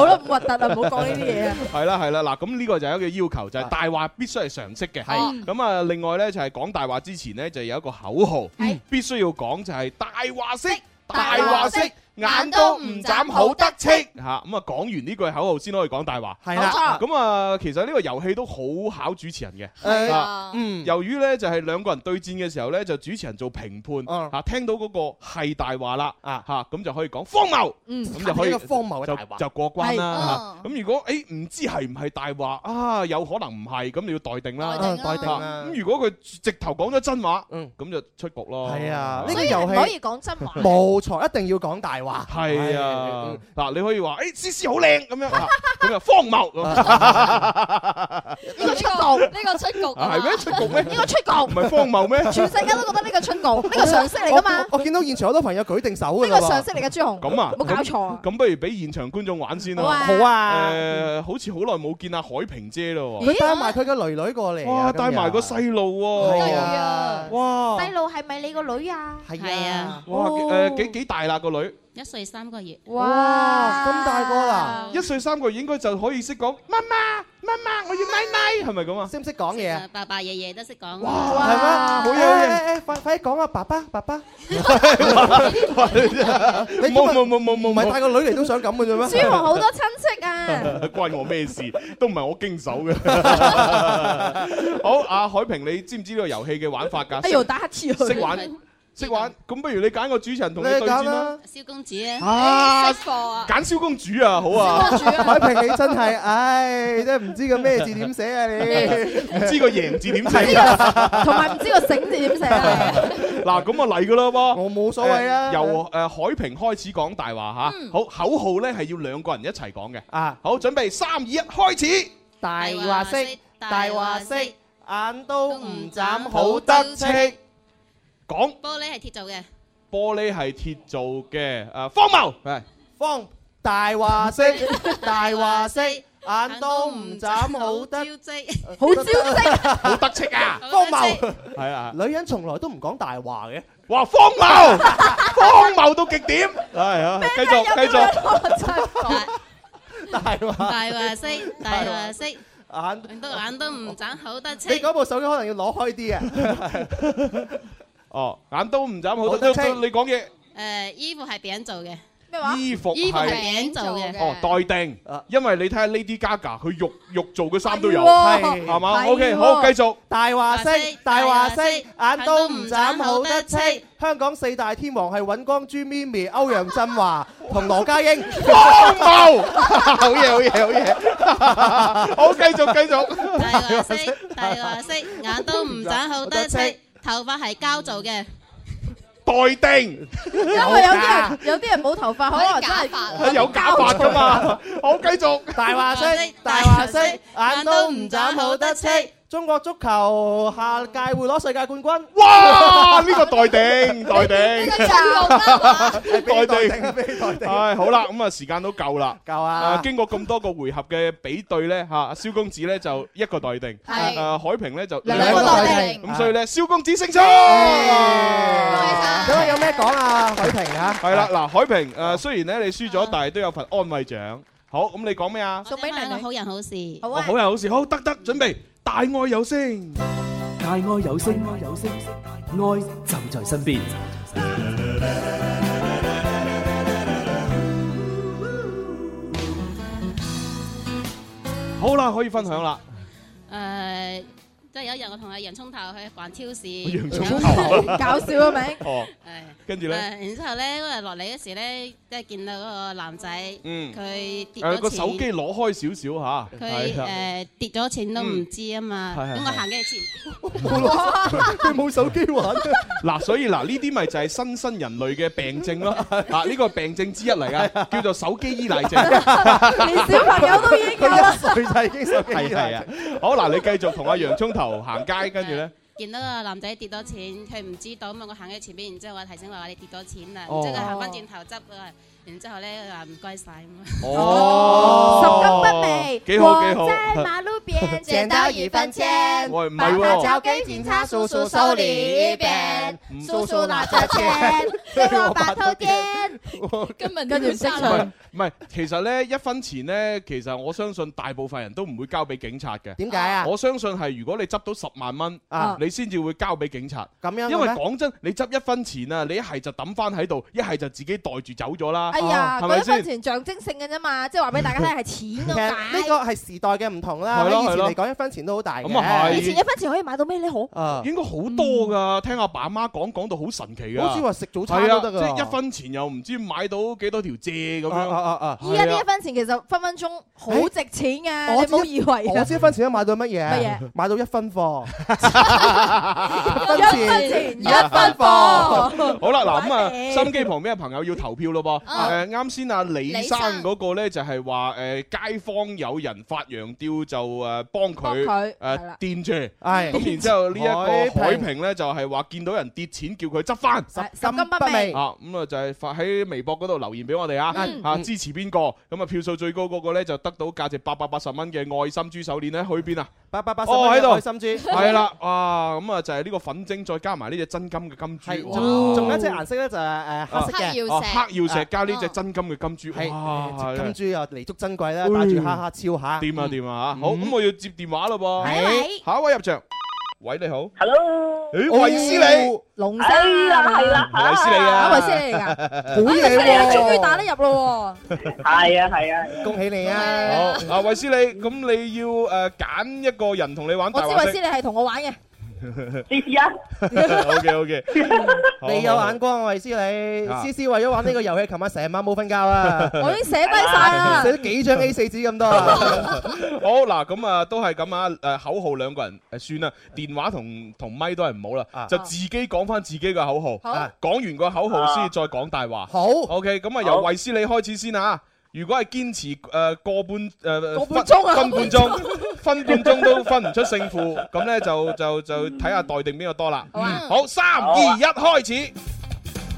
好啦，核突啊，唔好講呢啲嘢啊。啊係啦係啦，嗱咁呢個就係一個要求，就係大話必須係常識嘅。係咁啊，另外咧就係講大話之前咧就有一個口號，必須要講就係大話式，大話式。眼都唔眨好得戚嚇，咁啊講完呢句口號先可以講大話。係啦冇錯咁啊其實呢個遊戲都好考主持人嘅。係啊啊嗯，由於咧就係兩個人對戰嘅時候咧，就主持人做評嗯判嚇，聽到嗰個係大話啦啊嚇，咁就可以講荒謬，嗯咁就可以一個荒謬嘅就大話就過關係啊啦嚇。咁如果誒唔知係唔係大話啊，有可能唔係，咁你要待定啦，待定啦嗯待定啦咁如果佢直頭講咗真話，咁就出局咯。係啊，呢個所以遊戲唔可以講真話冇錯，一定要講大話。係啊嗯，嗱，你可以話，誒，思思好靚咁樣，啊咁又荒謬咁。呢個出局，呢個出局啊 係咩？出局咩？呢個出局唔係荒謬咩？全世界都覺得呢個出 局，呢個常識嚟㗎嘛，我我見到現場好多朋友舉定手㗎呢個常識嚟嘅朱紅。咁啊，冇搞錯啊！咁不如俾現場觀眾玩先啦。好啊好啊誒，好似好耐冇見阿海萍姐咯喎。佢帶埋佢嘅女女過嚟啊。哇，今日帶埋個細路喎。係啊哇！細路係咪你個女啊？係啊。哇，誒幾幾大啦個女？一歲三個月。哇！咁大個啦，一歲三個月應該就可以識講媽媽媽媽，我要奶奶，係咪咁啊？識唔識講嘢啊？爸爸爺爺都識講。係咩？好嘢好嘢誒誒誒快快啲講啊！爸爸， 爸爸，你冇冇冇冇冇，唔係帶個女嚟都想咁嘅啫咩？朱紅好多親戚啊！ 關我 咩事？都唔係我經手嘅。好，阿海平，你知唔知呢個遊戲嘅玩法㗎？哎呦，打乞嗤識玩。識玩，咁不如你揀個主持人同你對戰啦。蕭公子啊，啊識貨啊，揀蕭公主啊，好啊。海平你真係，唉，真係唔知個咩字點寫啊唔你！知個贏字點寫啊同埋唔知個醒字點寫啊！ 嗱，咁啊嚟噶啦喎！我冇所謂啊由誒海平開始講大話嚇，好口號咧係要兩個人一齊講嘅。啊，好，準備三二一，開始！大話式，大話式，眼都唔眨好得得戚戚。講玻璃係鐵做嘅，玻璃係鐵做嘅，誒荒謬係。方大話式，大話式，眼都唔眨好得，呃好招積，好得戚啊！荒謬，係啊，女人從來都唔講大話嘅。哇，荒謬， 荒謬到極點。係啊，繼續繼續。 大話，大話式，大話式，眼都眼都唔眨，好得戚你。嗰部手機可能要攞開啲啊！哦，眼都唔眨好得好得戚戚。你講嘢。誒，衣服係餅做嘅，咩衣服衣服係係餅做嘅。哦，待定，因為你睇下 Lady Gaga，佢肉肉做嘅衫都有，係喎係嘛係？OK，喎好，繼續。大話式，大話式，眼都唔眨好得戚眼都唔眨好得戚。香港四大天王係尹光洙、咪咪、歐陽振 華同羅家英。荒 謬，好嘢，好嘢， 好嘢。好，繼續，繼續。大 話式，大話式，眼都唔眨好得戚。頭髮係膠做嘅，待定，因因為有啲人有啲人冇頭髮，可能真啊係有假髮㗎嘛。好，繼續。大話式，大話式，眼都唔眨好得戚。中國足球下屆會攞世界冠軍。哇！呢個 待定，待定，呢個真係好 待定，俾待定唉，好啦，咁啊，時間都夠啦，夠啊誒經過咁多個回合嘅比對咧，嚇，蕭公子咧就一個待定，係誒，海平咧就兩個待定咁所以咧，蕭公子勝出。 咁啊，有咩講啊？海婷啊？係啦，嗱，海平誒，雖然咧你輸咗，但係都有份安慰獎。好，咁你講咩啊？送俾娘娘好人好事。好哦啊好人好事，好得得，準備大愛有聲，大愛有聲，愛有聲，愛就在身邊。好啦，可以分享啦。誒，即係有一日我同阿洋葱頭去逛超市，洋葱哦頭，搞笑啊咪哦，跟住誒，咧，然之後咧，嗰日落嚟嗰時咧，即係見到嗰個男仔，嗯佢跌誒咗個錢，手機攞開少少嚇，佢係啊誒跌咗錢都唔知啊嘛，嗯係係咁我係行嘅前 冇攞佢冇手機玩。嗱，所以嗱，呢啲咪就係新生人類嘅病症 咯。啊，呢個病症之一嚟噶，叫做手機依賴症。連小朋友都已啊經有啦佢一歲就已經手機依賴係係症啊，好嗱，你繼續同阿洋葱頭行街，跟住咧，見到個男仔跌咗錢，佢唔知道咁啊！我行喺前邊，然之後我提醒佢話你跌咗錢啊啦，然之後哦佢行翻轉頭執啊，然之後咧佢話唔該晒咁啊。哦十幾金不昧，好 幾好我在馬路邊見到一份錢喂，唔把係它交喎，給警察叔叔叔叔手手裏裏邊邊，叔叔叔叔拿拿着着錢錢給給我我白白頭頭巾巾。根本跟住唔識唔係唔係，其實咧一分錢咧，其實我相信大部分人都唔會交俾警察嘅。點解啊我相信係如果你執到十萬蚊啊，你先至會交俾警察。咁樣嘅咩因為講真，你執一分錢啊，你一係就抌翻喺度，一係就自己袋住走咗啦。哎呀，啊係嗰咪一分先？錢象徵性嘅啫嘛，即係話俾大家聽係錢其實咁解。呢個係時代嘅唔同啦，係啊以咯前係咯嚟講一分錢都好大嘅。咁啊係以前一分錢可以買到咩咧？好，啊應該好多噶，聽阿爸媽講講到好神奇噶。好似話食早餐都得㗎係啊即係一分錢又唔知買到幾多條蔗咁樣。啊啊啊依家呢係一分錢其實分分鐘好值錢嘅，我你知唔好以為啊。我知一分錢都買到乜嘢？乜嘢？買到一分貨，一分錢一分貨好啦，嗱咁啊，玩你心機旁邊嘅朋友要投票咯哦噃。誒，啱先阿李生嗰個咧就係話誒，街坊有人發羊吊就誒幫幫佢佢誒係啦墊住，係咁然之後呢一海個平海平咧就係話見到人跌錢叫佢執翻。十金不昧。啊，咁啊就係發喺微博嗰度留言俾我哋啊嗯，啊支持邊個？咁啊票數最高嗰個咧就得到價值八百八十蚊嘅愛心珠手鏈咧，去邊啊？八百八十哦蚊喺嘅度，愛心珠，係啦，哇，咁啊就係呢個粉晶，再加埋呢只真金嘅金係，珠，哇仲仲有一隻顏色咧就係誒啊黑色嘅，哦黑曜石加呢只真金嘅金珠，係哇，金珠又啊彌足珍貴啦，哎戴住哈哈超嗯下，掂啊掂啊嚇！好，咁我要接電話啦噃，係喂下一位入場，喂你好， Hello，誒哎維斯利，龍山啊，係啦，維斯利啊，啊維斯利嚟㗎好哎你終於打得入咯係啊係啊，恭喜你啊！好，啊維斯利，咁你要誒揀一個人同你玩喎！我大知話維斯西 利係同我玩嘅，試試啊！ ，OK OK，你有眼光啊，維斯啊利！思思為咗玩呢個遊戲，琴日成晚冇瞓覺啦。 我已經寫低晒啦寫咗幾 張 A 四紙咁多啊。好嗱，咁啊都係咁啊，誒口號兩個人誒算啦，電話同同咪都係唔好啦，就自己講翻自己嘅口啊好號啊，講完個口號先至再講大話。好，OK，咁啊由維斯利開始先啊。如果係堅持誒個半誒個半鐘啊分分 半個半鐘，分半鐘都分唔出勝負，咁咧就就就睇下待定邊個多啦。嗯好，三好啊二一，開始。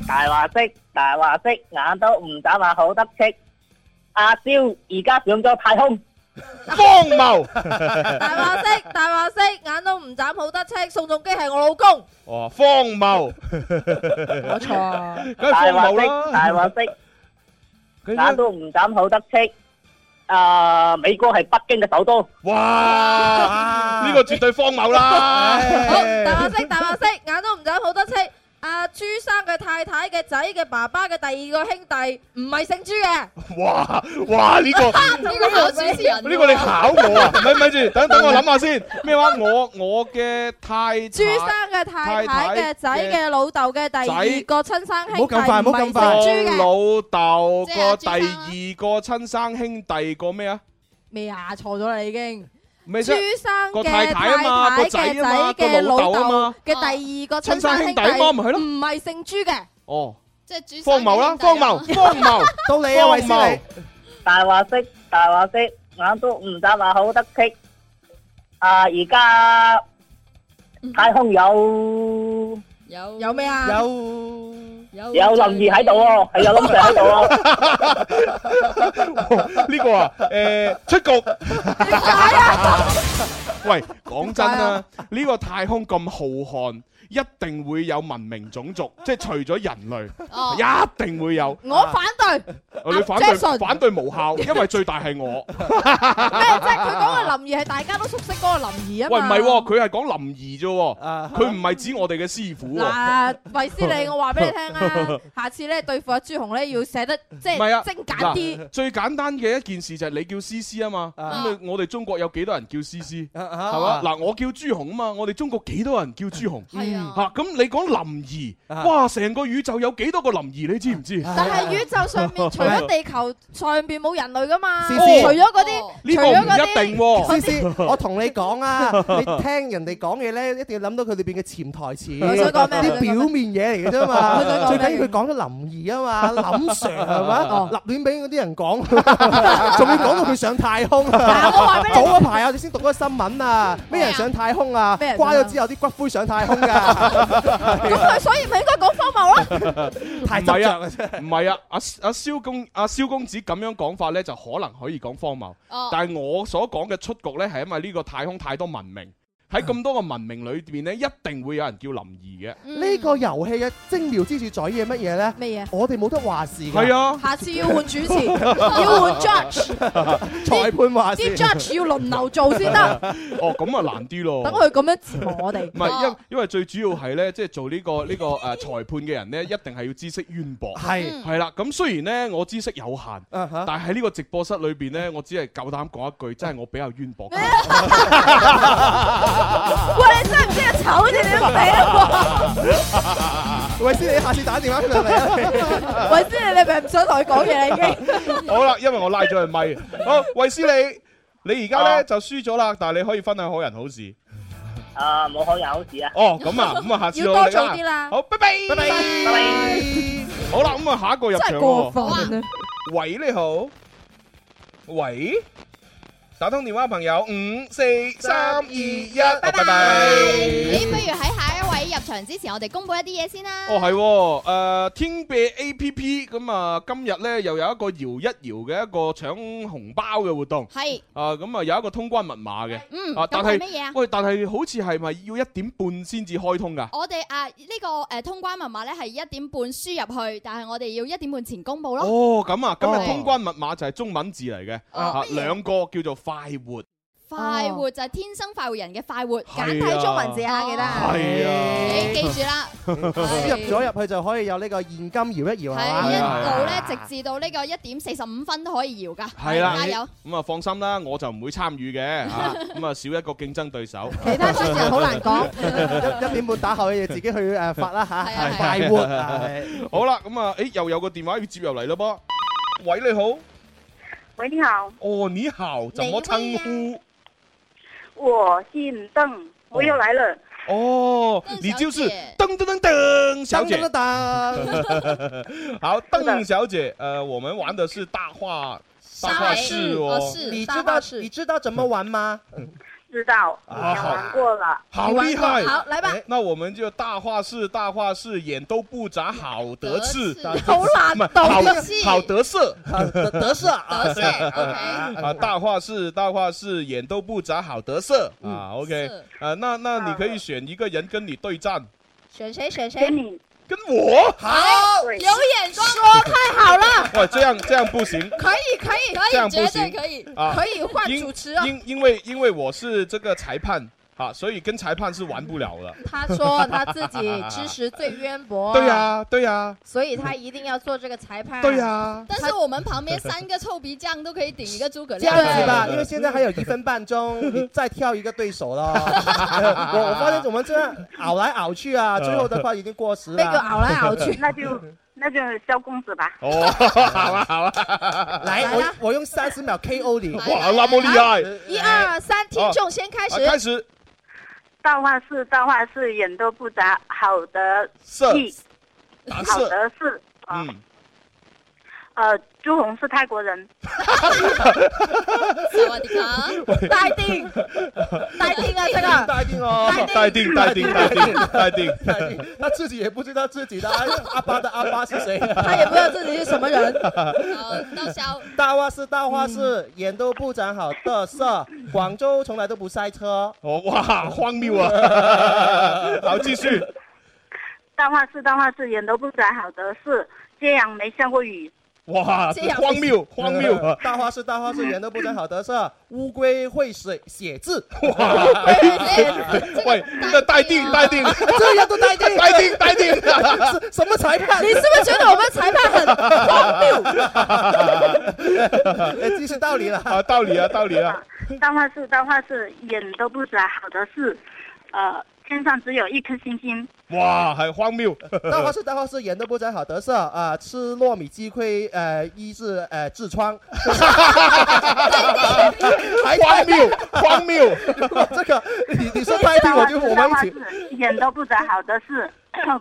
大話式，大話式，眼都唔眨下好得戚。阿蕭而家上咗太空，荒謬。大話式，大話式，眼都唔眨好得戚。宋仲基係我老公，哦，荒謬， 冇錯，梗係荒謬式，大話啦。式，眼都唔眨好得戚。Ờ, 啊，美國係北京嘅首都。哇！呢個絕對荒謬啦。大話式，大話式，眼都唔眨好得戚。阿朱生嘅太太嘅仔嘅爸爸嘅第二個兄弟唔係姓朱嘅， 哇哇！呢個呢個考主持人呢個你考我啊？咪咪住，等等我諗下先。咩話？我我嘅太朱生嘅太太嘅仔嘅老豆嘅第二個親生兄弟唔係姓朱嘅我老豆個第即係阿朱生二個親生兄弟個咩啊？咩啊？錯咗啦已經。咩朱啫？生個嘅太太太啊嘛嘅個仔仔啊嘛嘅個老豆啊豆嘛嘅第二個親親生兄生兄弟弟啊嘛咪係咯唔係姓朱嘅，哦，即係朱荒謬啦，荒謬，荒謬，到你啊，維斯利。大話式，大話式，眼都唔眨下好得戚。啊，而家太空有有有咩啊？有有林怡喺度喎，係有林 Sir 喺度喎。呢個 啊，誒出局。 啊喂，講真啦，呢個太空咁浩瀚，一定會有文明種族，即係除咗人類，哦一定會有。我反對，啊你反對 Jackson 反對 無效，因為最大係我。佢講嘅林兒係大家都熟悉嗰個林兒啊喂，唔嘛。係喎，佢係講林兒啫喎，佢唔係指我哋嘅師傅喎。嗱，維斯利，我話俾你聽 啊，下次咧對付阿朱紅咧要寫得即唔係啊，係精簡啲。嗱最簡單嘅一件事就係你叫思思啊嘛，咁你我哋中國有幾多人叫思思，係嘛啊？嗱，我叫朱紅啊嘛，我哋中國幾多人叫朱紅？係啊嚇咁你講林兒，哇！成個宇宙有幾多個林兒，你知唔知？但係宇宙上面 Dạ. 除咗 地球上邊冇人類噶嘛，除試試咗嗰啲，呢除個咗 唔嗰啲。一定喎。思思，我同你講 啊，你聽人哋講嘢咧，一定要諗到佢裏邊嘅潛台詞。我想講咩啲表面嘢嚟嘅啫嘛。我想講最咩緊要佢講咗林怡啊嘛，林 Sir 係嘛 哦，立亂俾嗰啲 人講，仲要講到佢上太空。啊話俾你聽早一排啊，我哋先讀咗新聞啊，咩人上太空啊咩？人上瓜咗之後啲骨灰上太空㗎，咁佢所以咪應該講荒 謬咯？太唔係執啊着啦啫。唔係啊，阿阿蕭公阿蕭公子咁樣講法呢，就可能可以講荒謬。哦但係我所講嘅出局呢，係因為呢個太空太多文明，喺咁多個文明裏邊呢，一定會有人叫林兒嘅。呢個遊戲嘅精妙之處在於乜嘢咧？咩嘢？我哋冇得話事㗎。係啊下次要換主持，要換 judge，裁判話事啲。judge 要輪流做先得。Dạ. 哦，咁啊難啲咯。等哦佢咁樣折磨我哋。唔係，因因為最主要係咧，即係做呢個呢個誒裁判嘅人咧，一定係要知識淵博。係啊嗯係啦，咁雖然咧我知識有限，但係喺呢個直播室裏邊咧，我只係夠膽講一嗯句，真係我比較淵博。啊喂，你真係唔知啊！醜你哋都俾啦喂，先你下次打電話上嚟啊。喂，先你你咪唔想同佢講嘢啦已經。 好啦，因為我拉咗佢咪。好，維斯利，你而家咧就輸咗啦，但係你可以分享好人好事。Ờ, 啊，冇可有好事啊！哦，咁啊，咁啊，下次要努多力做啲啦好，拜拜，拜拜，拜拜。好啦，咁啊，下一個入場真係喎過分啊！喂，你好，喂，打通電話嘅朋友，五四三二一，拜拜。咦，不如喺下一位入場之前，我哋公布一啲嘢先啦。哦，係喎，誒天貝 A P P 咁啊，今日咧又有一個搖一搖嘅一個搶紅包嘅活動，係啊，咁啊有一個通關密碼嘅，嗯啊，咁但係係乜嘢啊喂，但係好似係咪要一點半先至開通㗎？我哋啊呢個誒通關密碼咧係一點半輸入去，但係我哋要一點半前公佈咯。哦，咁啊，今日哦通關密碼就係中文字嚟嘅，啊，兩個叫做快活。快活就係天生快活人嘅快活，啊簡體中文字啊，記得。係啊你記住啦，輸入咗入去就可以有呢個現金搖一搖係嘛？係一路咧直至到呢個一點四十五分都可以搖㗎。係啦，加油！咁啊放心啦，我就唔會參與嘅，嚇咁啊少一個競爭對手。其他主持人好難 講。一一點半打後嘅嘢自己去誒發啦嚇，係快活係好啦，咁啊，誒又有個電話要接入嚟咯噃。喂，你好。喂，你好。哦，你好，怎麼稱呼？我姓邓，我又来了。哦，你就是噔噔噔噔小姐。噔 噔好，邓小姐，呃，我们玩的是大話大話事哦。你知道你知道怎麼玩嗎？知道，以前玩过了。好厉害！好来吧哎那我们就大话事，大话事，眼都不眨，好得志，好難唔係讀好呢啲好得瑟，得得瑟 得瑟啊 OK 啊！大话事，大话事，眼都不眨，好得瑟嗯啊！OK，啊，那那你可以选一个人跟你对战，哦選誰選誰？你跟我。好，有眼光，太好了， 哇，这样这样不行，可以可以这样不行，啊可以換主持哦。因因因为因为我是这个裁判啊，所以跟裁判是玩不了的。他说他自己知识最渊博， 啊对呀，对呀，所以他一定要做这个裁判。对呀但是我们旁边三个臭皮匠都可以顶一个诸葛這亮。啊樣子吧，因為現在還有一分半鐘，你再挑一個對 手咯。我我發現我們這樣熬來熬去啊，最後的話已經過時了。那個熬來熬去那就那就是萧公子吧。 哦，好啊，好啊，來，我我用三十秒 KO 你。哇，那么厉害！啊一二三，听众先开始，始。大话事，大话事，眼都不眨，好的色啊好的事。嗯，呃，朱红是泰 国人。大啲，大啲啊，真啊！大 啲哦淡定淡定淡定淡定。他自己也不知道自己的阿阿爸的阿爸是谁，他也不知道自己是什么人。到小大话是大话是，眼都不长好的色。广州从来都不塞车。哦，哇，荒谬 啊！好，继续。淡化是淡化是，眼都不长好的是，揭阳没下过雨。哇，荒谬，荒谬！大话是大话是，人都不长好得瑟。乌龟会写写字。哇！喂，那待定，待定，啊这样都待 定，待定，待定， 什么裁判？你是不是觉得我们裁判很荒 谬？哎这是道理了。啊，道理啊，道理啊。嗯淡化是淡化是，眼都不长好的是，呃，天上只有一颗星星。哇，系荒谬。大话是大话是，人都不长好得瑟啊、吃糯米鸡亏呃医治呃痔疮。荒谬，荒谬！ 这个你你说太听我就我们一起。起。眼都不长好的是，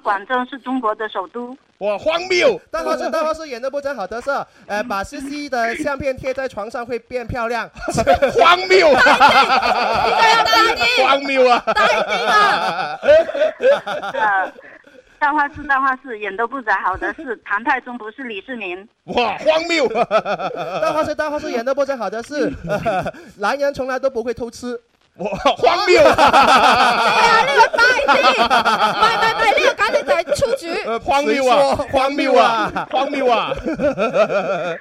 广州是中国的首都。哇，荒谬！大话是大话是，演的不真好得瑟。呃，把 C C 的相片贴在床上会变漂亮。 荒 谬！大荒谬啊！ 呃，大话是大话是，眼都不长好的是，唐太宗不是李世民。哇，荒谬！大话是大话是，演的不真好的 是，呃男人从来都不会偷吃。哇，荒谬！呃荒谬啊！荒谬啊！荒谬啊！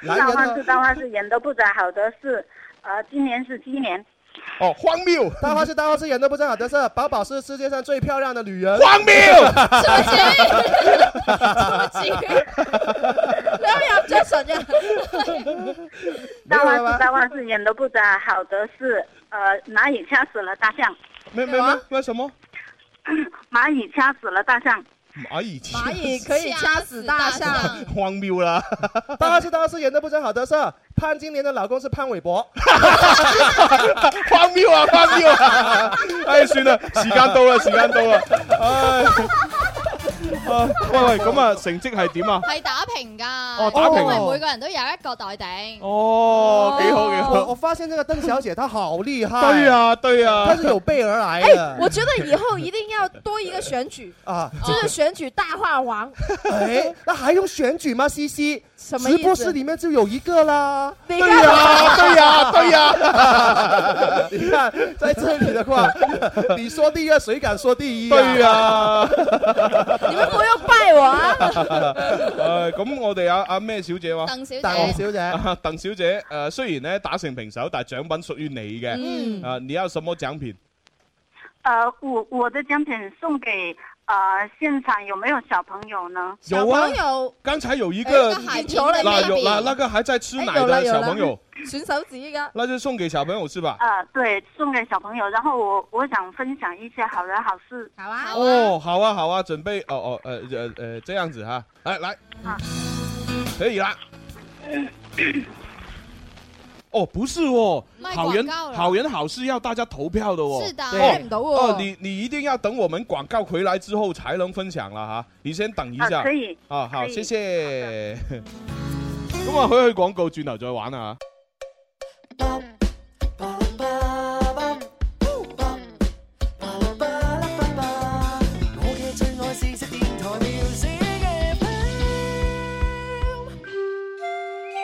大话是大话是，眼都不长好的是，呃，今年是鸡 年。哦，荒谬！大话是大话是，演的不真好得瑟。宝宝是世界上最漂亮的女人。荒谬！大话是大话是，眼都不长好的是，呃，蚂蚁掐死了大象。没没没没什么？ 蚂蚁掐死了大象。蚂蚁精蚂蚁可以掐死大象。荒谬啦！大话是大话是，演的不真好得瑟。潘金莲的老公是潘玮柏。 荒谬啊！ 荒谬啊！唉，算啦，時間到啦，時間到啦！唉，啊，喂喂，咁啊，成績係點啊？係打平㗎，哦打平因為每個人都有一個待定。哦，幾好幾我我好。发现这个邓小姐她好厉害。對，啊，對啊，她是有备而来哎的，。我觉得以后一定要多一个选举，啊，就是 选举大话 王。哎，那还用选举吗？西西，什么意直思播室里面就有一个啦。对對呀，對呀，對啊呀，呀，你看， 在这里的话， 你说第二，谁敢说第一、啊對啊呀。你们不用拜我 啊！誒，咁我哋阿阿咩小姐話？鄧小姐，鄧小姐，啊， 鄧小姐，誒，雖然咧打成平手，但係獎品屬於你嗯嘅。啊，你有什麼獎品？呃，我我的奖品送给呃现场有没有小朋友呢？有啊朋友刚才有一个孩子那那边有那那个还在吃奶哎有了的有小了朋友，啊选手指噶，那就送给小朋友是吧？呃，对，送给小朋友。然后我我想分享一些好人好事。好啊，哦，好啊，好啊，准备哦哦，呃呃呃，这样子哈，来来好，可以啦。嗯哦，不是哦，卖好人广告了好人好事要大家投票的哦。是的哦看不到哦哦，。你你一定要等我们广告回来之后才能分享了哈，你先等一啊、下可。以。啊，好，可以谢谢。 咁啊，可以去廣告，轉頭再玩啊。我嘅最愛是食電台 music 嘅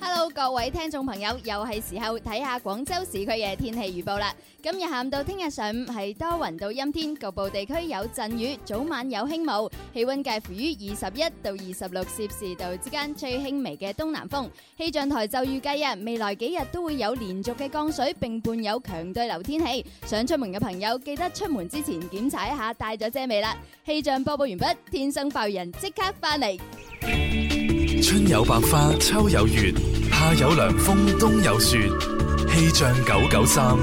Hello，各位聽眾朋友，又係時候睇下廣州市區嘅天氣預報啦。今日下午到聽日上午係多雲到陰天，局部地區有陣雨，早晚有輕霧，氣温介乎於二十一到二十六攝氏度之間，最輕微嘅東南風。氣象台就預計啊，未來幾日都會有連續嘅降水，並伴有強對流天氣。想出門嘅朋友記得出門之前檢查一下帶咗遮未啦。氣象播報完畢，天生快活人即刻翻嚟。春有百花，秋有月，夏有涼風，冬有雪。氣象九九三，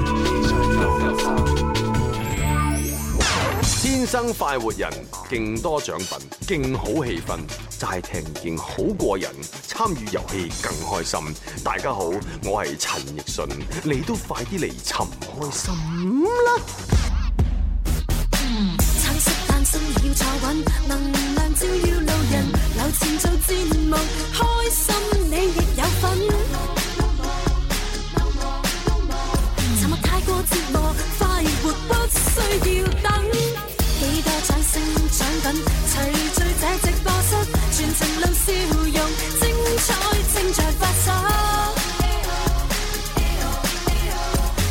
天生快活人，勁多獎品，勁好氣氛，齋聽已經好過癮，參與遊戲更開心。大家好，我係陳奕迅，你都快啲嚟尋開心啦！橙色誕生要坐穩，能量照耀路人，有前做戰無開心你亦有份。沉默太過折磨，快活不需要等。幾多掌聲獎品，齊聚這直播室，全程露笑容，精彩正在發生。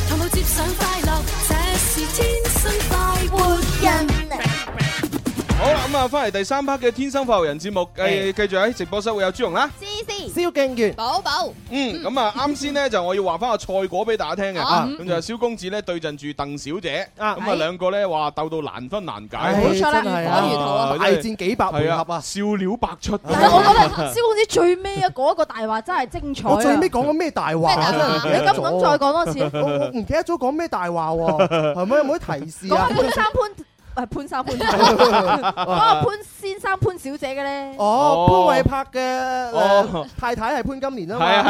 同步接上快樂，這是天生快活人。好啦，咁啊，翻嚟第三 part 嘅《天生快活人》節目，繼繼續喺直播室會有朱容啦。蕭敬元，寶寶，嗯，咁啊，啱先咧就我要話翻個賽果俾大家聽嘅，啊咁就係蕭公子咧對陣住鄧小姐，啊咁啊係兩個咧話鬥到難分難解，唉冇錯啦真係啊如火如荼啊大戰幾百回合啊係笑料百出。但係我覺得蕭公子最尾啊嗰個大話真係精彩啊我最尾講咗咩大話？啊咩大話你敢唔敢再講多次 我我唔記得咗講咩大話喎，係咪有冇啲提示講啊下？潘生潘誒潘生 潘生，講下潘先生潘小姐嘅咧。哦，潘瑋柏嘅哦呃太太係潘金蓮啊係啊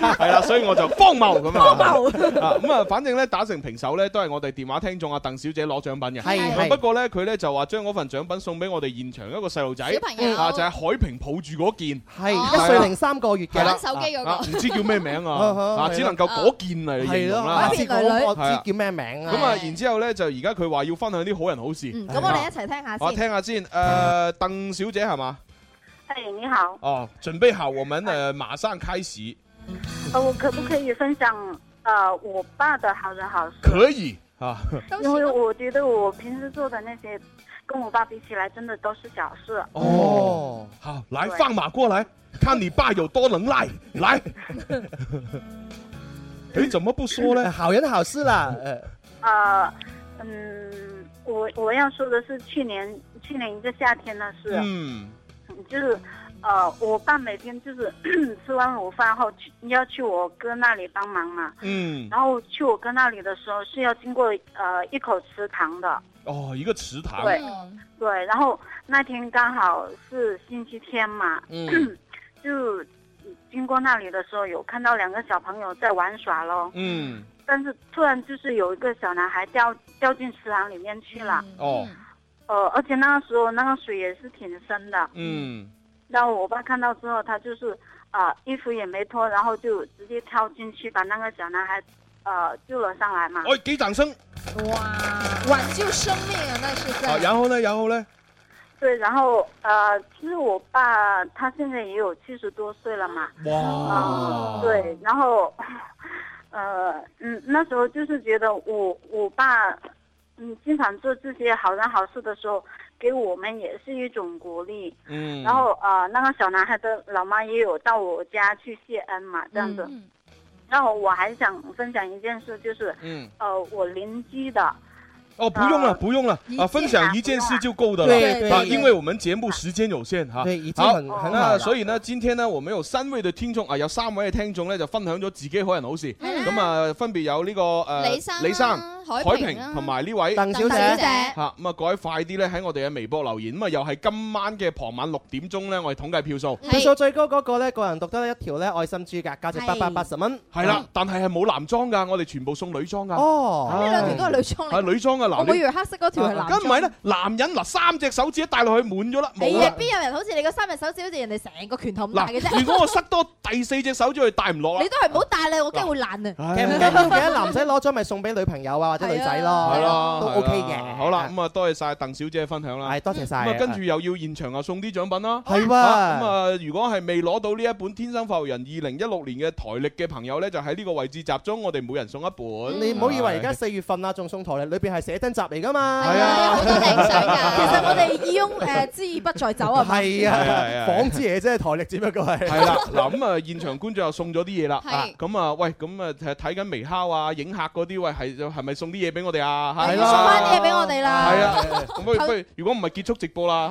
嘛。 係啦，所以我就荒謬咁啊！荒謬啊咁啊，反正咧打成平手咧，都係我哋電話聽眾阿啊鄧小姐攞獎品嘅。係咁啊係不過咧，佢咧就話將嗰份獎品送俾我哋現場一個細路仔，小朋友啊就係海平抱住嗰件，啊係一歲零三個月嘅係啦手機嗰個啊唔知叫咩名啊 啊啊啊，係只啦能夠嗰件嚟形係容咯，啦。我知係啊我我知叫咩名啊？咁啊，然之後咧就而家佢話要分享啲好人嗯好事。啊咁嗯咁我哋一齊聽下我先。聽下先，誒鄧小姐係嘛？哎，你好，哦，準備好，我們誒馬上開始。呃，我可不可以分享呃我爸的好人好事？可以啊，因为我觉得我平时做的那些，跟我爸比起来，真的都是小事。哦，好，来对放马过来，看你爸有多能耐，来。 诶，怎么不说呢？好人好事啦，誒呃，嗯，我我要说的是去年去年一个夏天的事，嗯，就是呃，我爸每天就是 吃完午饭后去要去我哥那里帮忙嘛，嗯，然后去我哥那里的时候是要经过呃一口池塘的，哦，一个池塘，对对，然后那天刚好是星期天嘛，嗯就经过那里的时候有看到两个小朋友在玩耍咯，嗯，但是突然就是有一个小男孩掉掉进池塘里面去了，哦，呃，而且那个时候那个水也是挺深的，嗯，然后我爸看到之后，他就是啊、呃衣服也没脱，然后就直接跳进去把那个小男孩呃救了上来嘛。哎，给掌声。哇，哦挽救生命啊，那是好，哦然后呢？然后呢？对，然后呃，其实我爸他现在也有七十多岁了嘛，嗯哇，对，然后， 呃，嗯，那时候就是觉得我我爸，嗯，经常做这些好人好事的时候，给我们也是一种鼓励。嗯然后呃，那个小男孩的老妈也有到我家去谢恩嘛，这样子。嗯然后我还想分享一件事，就是，嗯，呃，我邻居的，哦，不用了，不用了一，件啊，分享一件事就够的了，对对啊，对因为我们节目时间有限哈，对已经好很很好那了所以呢，今天呢，我们有三位嘅聽眾啊，有三位嘅聽眾咧就分享咗自己好人好事，嗯咁啊分別有呢個誒李生啦啊李海海平啦平同埋呢位鄧小姐鄧小姐嚇，咁啊各位快啲咧喺我哋嘅微博留言，咁啊又係今晚嘅傍晚六點鐘咧，我哋統計票數。票數最高嗰個咧，個人獨得一條咧愛心豬㗎，價值八百八十蚊。係啦，但係係冇男裝㗎，啊我哋全部送女裝㗎。哦咁呢兩條都係女裝嚟係女啊裝㗎，啊嗱我會以為黑色嗰條啊係男啊咁唔係咧，男人嗱三隻手指一戴落去滿咗啦，啊你冇啊入啦。邊有人好似你個三隻手指好似人哋成個拳頭咁大嘅啫？嗱，如果我塞多第四隻手指去，戴唔落啦你。都係唔好戴啦，我驚會爛啊！其實唔緊要嘅，男仔攞咗咪送俾女朋友啊或者女仔咯，係啦，都 OK 嘅。嘅。好啦，咁啊，多謝晒鄧小姐嘅分享啦。係，多謝晒咁啊，跟住又要現場啊送啲獎品啦。係喎啊咁啊，如果係未攞到呢一本《天生發育人》二零一六年嘅台歷嘅朋友咧，就喺呢個位置集中，我哋每人送一本。你唔好以為而家四月份啊，仲送台歷，裏邊係寫真集嚟㗎嘛。係啊有好多靚相㗎 啊其實我哋義翁誒知意不在走啊，係係啊係啊啊，仿之嘢啫，台歷只不過係。 係啦，嗱咁啊，現場觀眾又送咗啲嘢啦，係啊咁啊，喂，咁啊睇緊微烤啊、影客嗰啲，喂係係咪送啲嘢俾我哋啊？係啦送返啲嘢俾我哋啦係啊，咁不如不如，如果唔係結束直播啦。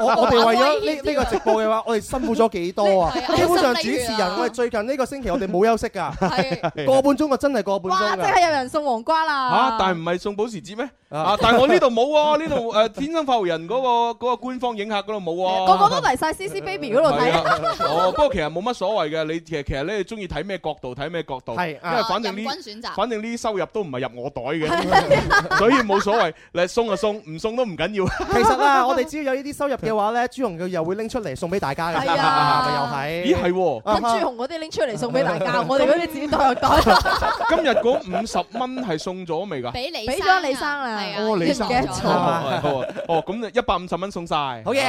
我 我哋為咗啊呢呢個直播嘅 話，我哋辛苦咗幾多啊你係！啊基本上主心力持如啊人，我哋最近呢個星期我哋冇休息 㗎，係個半鐘我真係個半鐘哇！即㗎。係有人送黃瓜啦。嚇！但係唔係送保時捷咩？啊！但係我呢度冇喎，呢度誒天生發育人嗰個嗰個官方影客嗰度冇喎。個個都嚟晒 C C Baby 嗰度係啊睇。哦，不過其實冇乜所謂嘅，你其實其實咧，你中意睇咩角度睇咩角度，係啊因為反正呢任君選擇，反正呢啲收入都唔係入我袋 嘅，所以冇所謂。你送就送，唔送都唔緊要。其實啊，我哋只要有呢啲收入嘅話咧，朱紅佢又會拎出嚟送俾大家嘅，係啊 咪咦又係？係喎，跟朱紅嗰啲拎出嚟送俾大家，我哋嗰啲自己袋入袋。 今日嗰五十蚊係送咗未㗎？俾你俾咗李生啊啦。哦，你唔記得哦好啊哦，咁就一百五十蚊送晒。好嘢！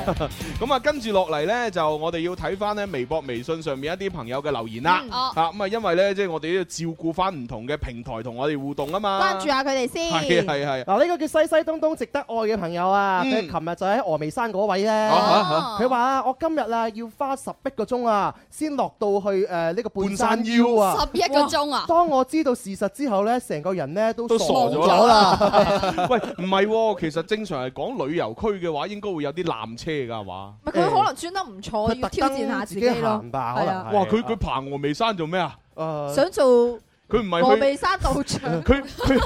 咁啊，跟住落嚟呢，就我哋要睇翻呢微博、微信上面一啲朋友嘅留言啦嗯。啊哦，咁啊，因為呢，即係我哋都要照顧翻唔同嘅平台同我哋互動啊嘛。關注下佢哋先。係啊係係嗱，呢個叫西西東東值得愛嘅朋友啊，佢琴日就喺峨眉山嗰位咧，啊佢話啊，我今日啊要花十一個鐘啊，先落到去誒呃呢個半山半山腰腰啊， 11個鐘啊哇當我知道事實之後咧，成個人咧都都傻傻咗啦。咗啦！ 喂，唔係喎，其實正常嚟講，旅遊區嘅話應該會有啲纜車㗎，係嘛？佢可能專登唔錯，要挑戰下自己咯。係呃啊哇！佢佢爬峨眉山做咩啊？想做佢唔係峨去眉山道場。佢佢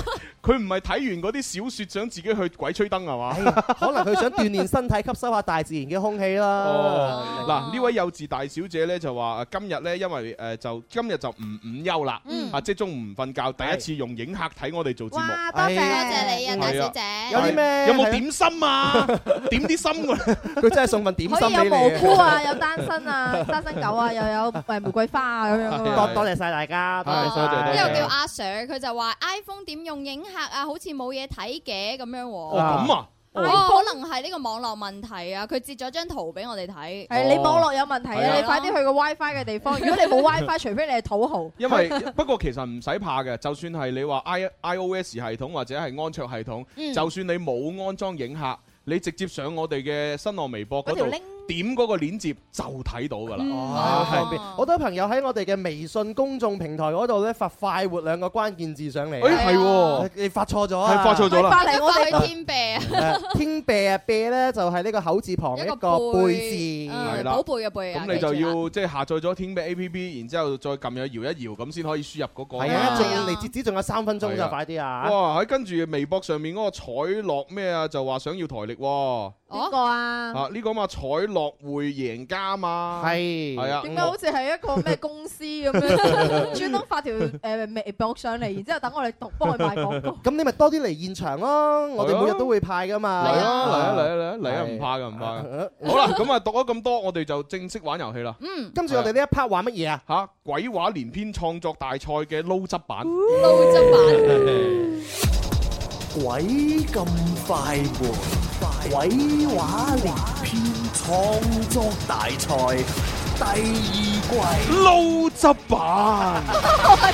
佢唔係睇完嗰啲小説想自己去鬼吹燈 係嘛？ 可能佢想鍛鍊身體，吸收下大自然嘅空氣啦。哦，嗱呢位幼稚大小姐咧就話呃今日咧因為誒就今日就唔午休啦，啊即係中午唔瞓覺，第一次用影客睇我哋做節目。哇多謝多謝你啊，大小姐。有啲咩？有冇點心 啊？點啲心㗎？佢真係送份點可心以有俾蘑你。菇啊， 有單身啊， 單身狗啊，又有誒玫瑰花啊咁樣噶嘛。 多多謝晒大家，多謝晒大呢家。個叫阿 Sir，佢就話 iPhone 點用影客啊，好似冇嘢睇嘅咁樣喎。哦咁啊！哦，可能係呢個網絡問題啊！佢截咗張圖俾我哋睇。係你網絡有問題係啊啊！你快啲去個 WiFi 嘅地方。如果你 冇 WiFi，除非你係土豪。因 為不過其實唔使怕嘅，就算係你話 i iOS 系統或者係安卓系統，嗯就算你冇安裝影客，你直接上我哋嘅新浪微博嗰嗰條度 link 點嗰個鏈接就睇到㗎啦。哦，係方便。好多朋友喺我哋嘅微信公眾平台嗰度咧發快活兩個關鍵字上嚟。誒係喎你你發錯咗係啊！發錯咗啦發嚟我哋去天貝啊，誒天貝啊，貝咧就係呢個口字旁一個貝字，嗯寶貝嘅貝啊。咁你就記住啦要即係下載咗天咩 A P P，然之後再撳入去搖一搖，咁先可以輸入嗰個。係啊，仲離截止仲有三分鐘就快啲啊！哇！喺跟住微博上面嗰個彩樂咩啊，就話想要台歷喎。邊個啊？啊，呢個嘛彩樂會贏家嘛。係係啊。點解好似係一個咩公司咁 樣，專登發條誒微博上嚟，然之後等我哋讀幫佢賣廣告。咁你咪多啲嚟現場咯，我哋每日都會派噶嘛。嚟啊嚟啊嚟啊嚟啊嚟啊！唔怕噶唔怕㗎。好啦，咁啊讀咗咁多，我哋就正式玩遊戲啦。嗯，跟住我哋呢一 part 玩乜嘢啊？吓鬼話連篇創作大賽嘅撈汁哦版。撈汁版。 鬼咁快活，鬼話連篇創作大賽第 E 二季撈汁版。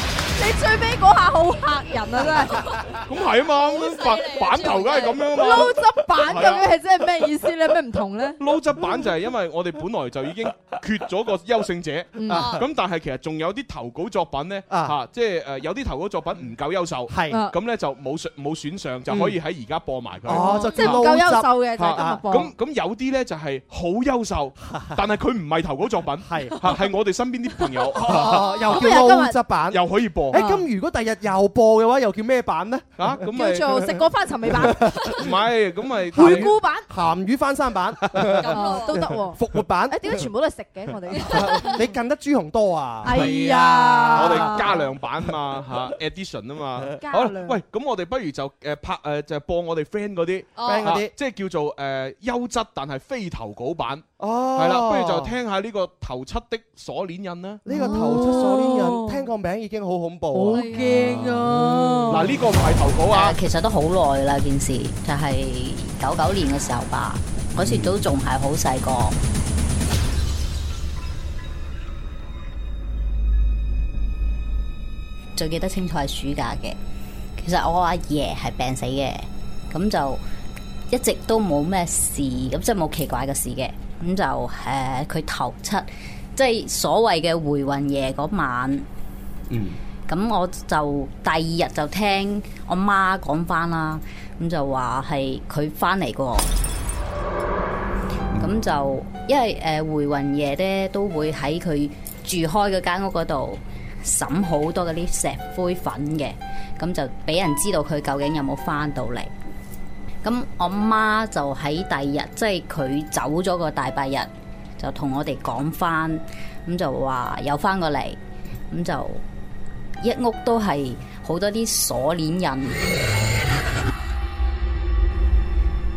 你最尾嗰下好嚇人啊！咁係啊嘛，咁版版頭梗係咁樣真係啊嘛。撈汁版係究竟啊係真係咩意思咧？咩唔同咧？撈汁版就係因為我哋本來就已經缺咗個優勝者，嗯咁但係其實仲有啲投稿作品咧，嚇，即係誒有啲投稿作品唔夠優秀，係啊咁咧就冇選冇選上，嗯就可以喺而家播埋佢。哦就即係唔夠優秀嘅就係今日嚇播。咁咁有啲咧就係好 優秀，但係佢唔係投稿作品，係係我哋身邊啲朋友，哦又叫撈汁版，又可以播。啊誒，咁如果第日又播嘅話，又叫咩版呢？啊，咁咪叫做食過翻尋味版、唔係啊咁咪回顧版，鹹魚翻山版，哦咯都得喎復活版。誒點解全部都係食嘅？我哋你近得朱紅多 啊？哎呀我哋加量版啊嘛嚇 edition 啊嘛，加好量啦，喂，咁我哋不如就誒拍誒就播我哋 friend 嗰啲 friend 嗰啲啊即係叫做誒優質但係非投稿版，哦係啦，不如就聽下呢個頭七的鎖鏈印啦。呢個頭出所哦啲人，聽個名已經好恐怖啊！驚啊！嗱，呢個唔係投稿啊，其實都好耐啦，件事就係九九年嘅時候吧，嗰時都仲係好細個。最記得清楚係暑假嘅，其實我阿爺係病死嘅，咁就一直都冇咩事，咁即係冇奇怪嘅事嘅，咁就誒佢、頭七，即係所謂嘅回魂夜嗰晚。嗯。咁我就第二日就聽我媽講翻啦，咁就話係佢翻嚟過。咁就因為誒、呃回魂夜咧，都會喺佢住開嗰間屋嗰度審好多嗰啲石灰粉嘅，咁就俾人知道佢究竟有冇翻到嚟。咁我媽就喺第二日，即係佢走咗個大拜日，就同我哋講翻，咁就話有翻過嚟，咁就一屋都係好多啲鎖鏈印。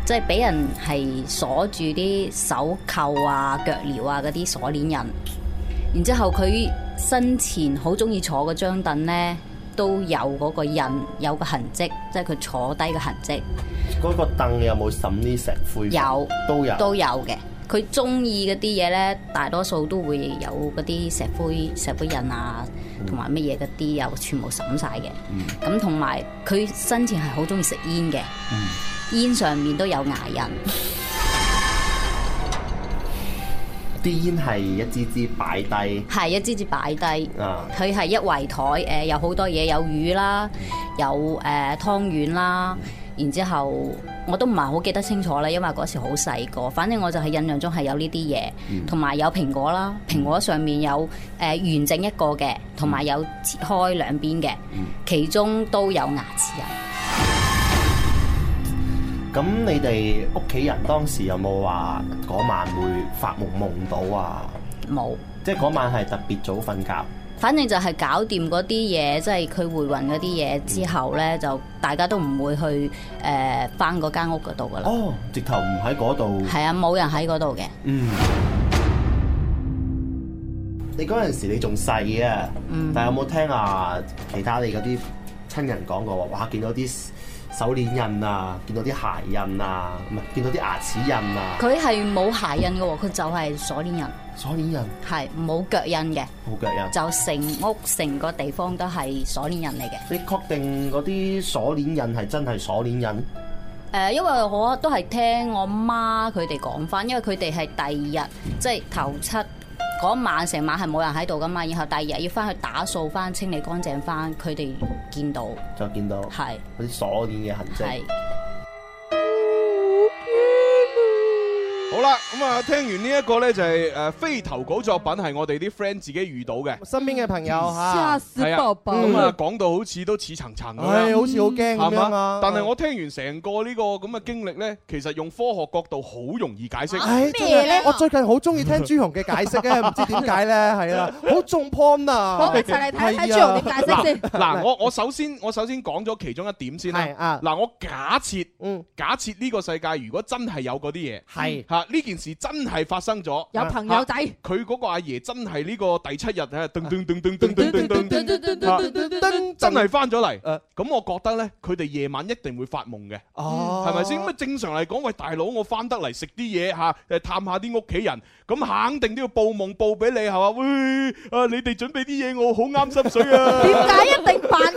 即係俾人係鎖住啲手扣啊、腳鐐啊嗰啲鎖鏈人，然之後佢生前好中意坐嗰張凳呢，都有嗰個印，有個痕跡，即係佢坐低嘅痕跡嗰個凳有冇滲啲石灰？有，都有，都有嘅。佢中意嗰啲嘢呢，大多數都會有嗰啲石灰、石灰印啊，同埋乜嘢嗰啲又全部審晒嘅。嗯咁同埋佢生前係好中意食煙嘅。煙上面都有牙印，啲煙係一支支擺低係一支支擺低。啊，佢係一圍台，誒、有好多嘢，有魚啦，有誒、湯圓啦，然之後我都唔係好記得清楚啦，因為嗰時好細個。反正我就係印象中係有呢啲嘢，同埋、有蘋果啦，蘋果上面有誒、完整一個嘅，同埋有切開兩邊嘅，其中都有牙齒印。咁你哋屋企人當時有冇話嗰晚會發夢夢到啊？冇，即係嗰晚係特別早瞓覺。反正就係搞掂嗰啲嘢，即係佢回魂嗰啲嘢之後嗯呢，就大家都唔會去誒翻嗰間屋嗰度噶啦。哦，直頭唔喺嗰度。係啊，冇人喺嗰度嘅。嗯。你嗰陣時你仲細啊，嗯但係有冇聽啊其他你嗰啲親人講過話？哇，見到啲手鏈印啊，見到啲鞋印啊，唔係見到啲牙齒印啊，佢係冇鞋印嘅喎，佢就係鎖鏈人，鎖鏈人啊係冇腳印嘅，冇腳印。就成屋成個地方都係鎖鏈人嚟嘅。你確定嗰啲鎖鏈印係真係鎖鏈印？誒、呃因為我都係聽我媽佢哋講翻，因為佢哋係第二日，即係頭七嗰晚成晚係冇人喺度噶嘛，然後第二日要翻去打掃翻、清理乾淨翻，佢哋見到就見到係嗰啲鎖鏈嘅痕跡，係。。好啦，咁啊，聽完呢一個呢，就係誒非投稿作品，係我哋啲 friend 自己遇到嘅。身邊嘅朋友嚇嚇，嗯嗯係啊，咁啊，講到好似都似層層咁唉樣，嗯好似好驚咁樣啊係嘛但係我聽完成個呢個咁嘅經歷呢，其實用科學角度好容易解釋。唉，真係我最近好中意聽朱紅嘅解釋咧，唔知點解咧，係啦，好中 point 啊！好係啊嗱嗱，我我首先我首先講咗其中一點先啊啦。嗱，我假設，假設呢個世界如果真係有嗰啲嘢，嗯係嚇呢件事真係發生咗，有朋友仔嚇佢嗰個阿爺真係呢個第七日啊，噔噔噔噔噔噔噔噔噔，真係翻咗嚟。咁我覺得呢，佢哋夜晚一定會發夢嘅，哦係咪先？咁啊正常嚟講，喂大佬，我翻得嚟食啲嘢嚇，誒探下啲屋企人，咁肯定都要報夢報俾你係嘛？喂，啊你哋準備啲嘢，我好啱心水 啊！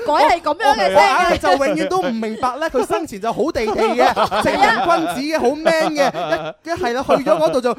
我硬係就永遠都唔明白咧，佢生前就好地地 嘅，正人君子嘅，好 man 嘅，一一係啦，去咗嗰度 就，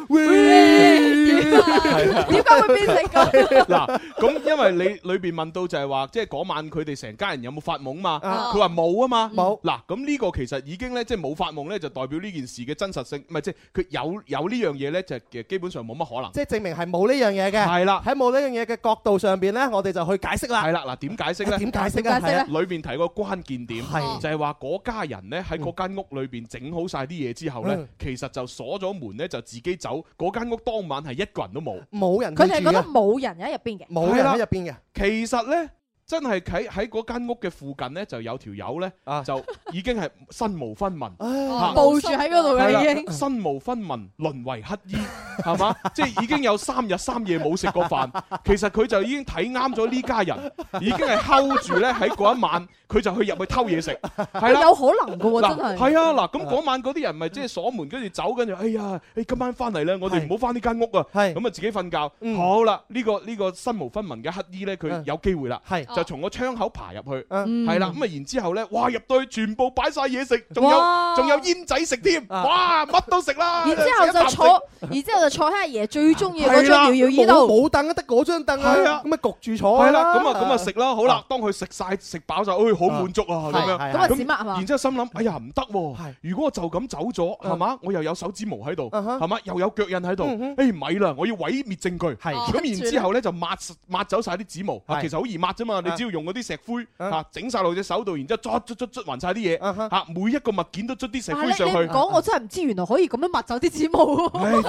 點解會變成咁？嗱，咁因為你裏邊問到就係話，即係嗰晚佢哋成家人有冇發夢嘛？啊佢話冇啊嘛。冇。嗱，咁呢個其實已經咧，即係冇發夢咧，就代表呢件事嘅真實性，唔係即係佢有有呢樣嘢咧，就其實基本上冇乜可能。即係證明係冇呢樣嘢嘅。係啦喺冇呢樣嘢嘅角度上邊咧，我哋就去解釋啦。係啦，嗱點解釋咧？點解釋啊點解釋咧係啊裏邊提個關鍵點，係就係話嗰家人咧喺嗰間屋裏邊整好晒啲嘢之後咧嗯，其實就鎖咗門咧，就自己走。嗰間屋當晚係一個人都冇。冇人佢哋係住覺得嘅，冇人喺入邊嘅，冇人喺入邊嘅。其實呢，真係喺喺嗰間屋嘅附近呢，就有條友呢，就已經係身無分文，嚇暴住喺嗰度嘅係啦已經身無分文，淪為乞 衣，係嘛？即係已經有三日三夜冇食過飯，其實佢就已經睇啱咗呢家人，已經係 hold 住呢。喺嗰一晚，佢就去入去偷嘢食，係啦，有可能㗎喎嗱真係係啊，嗱，咁嗰晚嗰啲人咪即係鎖門，跟住走，跟住，哎呀，你今晚翻嚟啦，我哋唔好翻呢間屋嗯啊，咁啊自己瞓覺。好啦，呢個呢個身無分文嘅乞衣呢，佢有機會啦，就就從個窗口爬入去，嗯係啦，咁啊然之後咧，哇入到去全部擺晒嘢食，仲有哇仲有煙仔食添，哇乜都食啦，然之後食一啖就食坐，然之後就坐喺阿爺最中意嗰張搖搖椅度，冇冇凳啊，得嗰張凳係啊啊，咁咪焗住坐係㗎啦，咁啊咁啊食啦，好啦，當佢食晒食飽晒，哎好滿足啊咁係樣，係咁啊閃乜係嘛然之後心諗，哎呀唔得喎，如果我就咁走咗係嘛，我又有手指毛喺度啊哈係嘛，又有腳印喺度嗯哼，哎咪啦，我要毀滅證據，係哦跟住咁然之後咧就抹抹走晒啲指毛，啊係其實好易抹啫嘛，你啊只要用嗰啲石灰啊整晒落隻手度，然之後捽捽捽捽勻晒啲啊嘢，嚇每一個物件都捽啲石哇灰你上你唔去。講我真係唔知，原來可以咁樣抹走啲指毛唉喎。得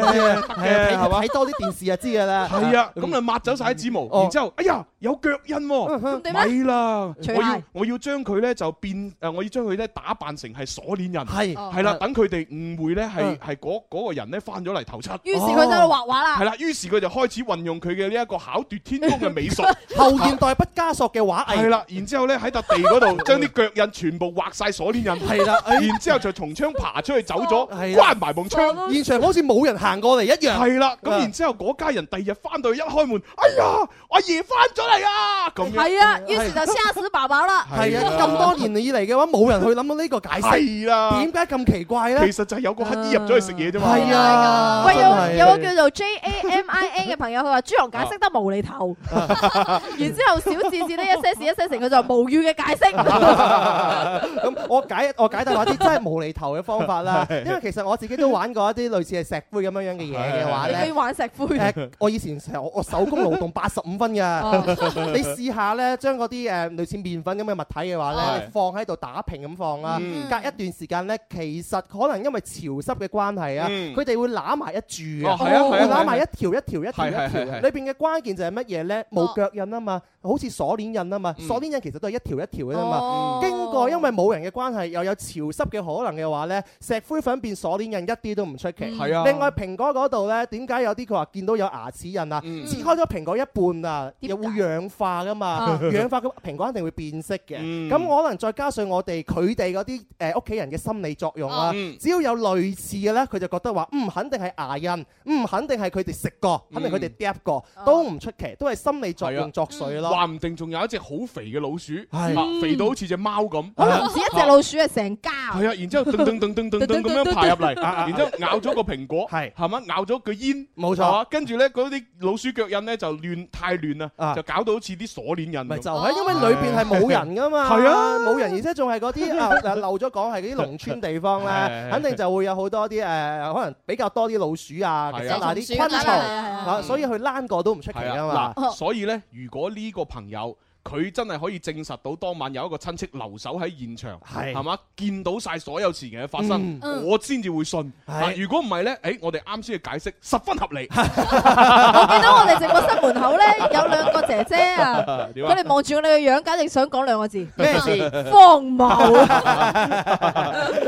係啊得嘅係嘛睇睇多啲電視就知㗎啦。係啊，咁啊抹走晒啲指毛，哦然之後，哎呀有腳印咁喎，點咧咪啦，除我要鞋我要將佢咧就變誒，我要將佢咧打扮成係鎖鏈人，係啊嗯哦係啦，等佢哋誤會咧係係嗰嗰個人咧翻咗嚟頭七，哦於是佢就喺度畫畫啦係啦，於是佢就開始運用佢嘅呢一個巧奪天工嘅美術， 後現代畢加索嘅畫藝係啦，然之後咧喺笪地 嗰度將啲腳印全部畫晒鎖鏈印，係啦哎然之後就從窗爬出去走咗，係關埋埲窗。現場好似冇人行過嚟一樣。啊係啦，咁然之後嗰家人第二日翻到去一開門，哎呀，我爺翻咗嚟啊！咁樣係啊，於是就嚇死爸爸啦。係啊，咁多年以嚟嘅話，冇人去諗到呢個解釋。係啦點解咁奇怪咧？其實就係有個乞衣入咗去食嘢啫嘛。係啊喂，真係有 有個叫做 J A M I A 嘅朋友，佢話朱紅解釋得無厘頭，然之後小智智呢一些事一些情，佢就無語嘅解 釋。咁我解我解答下啲真係無厘頭嘅方法啦 因為其實我自己都玩過一啲類似係石灰咁樣樣嘅嘢嘅話你咧要。玩石灰，誒我以前成日我我手工勞動八十五分㗎哦， 你試下咧，將嗰啲誒類似麵粉咁嘅物體嘅話係咧，你放喺度打平咁放啦，嗯隔一段時間咧，其實可能因為潮濕嘅關係啊，嗯佢哋會揦埋一柱哦係啊係啊會揦埋係一啊條一條一條一條係係係嘅係裏邊嘅關鍵就係乜嘢咧？哦冇腳印啊嘛，好似鎖鏈印啊嘛，嗯鎖鏈印其實都係一條一條嘅啫哦嘛，經過因為冇人嘅關係，又有潮濕嘅可能嘅話咧，石灰粉變鎖鏈印一啲都唔出奇。係啊另外蘋果嗰度咧，點解有啲佢話見到有牙齒印啊？切開咗蘋果一半啊，又會氧化噶嘛啊，氧化咁蘋果一定會變色嘅。咁可能再加上我哋佢哋嗰啲誒屋企人嘅心理作用啦嗯，只要有類似嘅咧，佢就覺得話嗯肯定係牙印，嗯肯定係佢哋食過，肯定佢哋嗒過，哦都唔出奇，都係心理作係啊用作祟咯。話唔定仲有一隻好肥嘅老鼠，啊肥到好似只貓咁，可能唔止一隻老鼠，係成家。係啊，然之後噔噔噔噔噔 噔咁樣爬入啊嚟，然之後咬咗個蘋果，係係嘛，咬咗個煙，冇錯係嘛跟住咧嗰啲老鼠腳印咧就亂太亂啦，就搞到好似啲鎖鏈印。咪啊就係因為裏邊係冇人噶嘛，係啊，冇人，而且仲係 嗰啲啊啊漏咗講係嗰啲農村地方咧，係肯定就會有好多啲誒，可能比較多啲老鼠啊，其係實啊嗱松啲鼠啊昆蟲係啊係啊係啊啊，所以佢躝過都唔出奇係啊啊，嘛嗱，。所以咧，如果呢個朋友佢真係可以證實到當晚有一個親戚留守喺現場，係係嘛，見到晒所有事情嘅發嗯生，嗯我先至會信。啊如果唔係咧，誒，我哋啱先嘅解釋十分合 理。我見到我哋直播室門口咧有兩個姐姐啊， 點啊佢哋望住我哋嘅樣，簡直想講兩個字咩事荒 謬。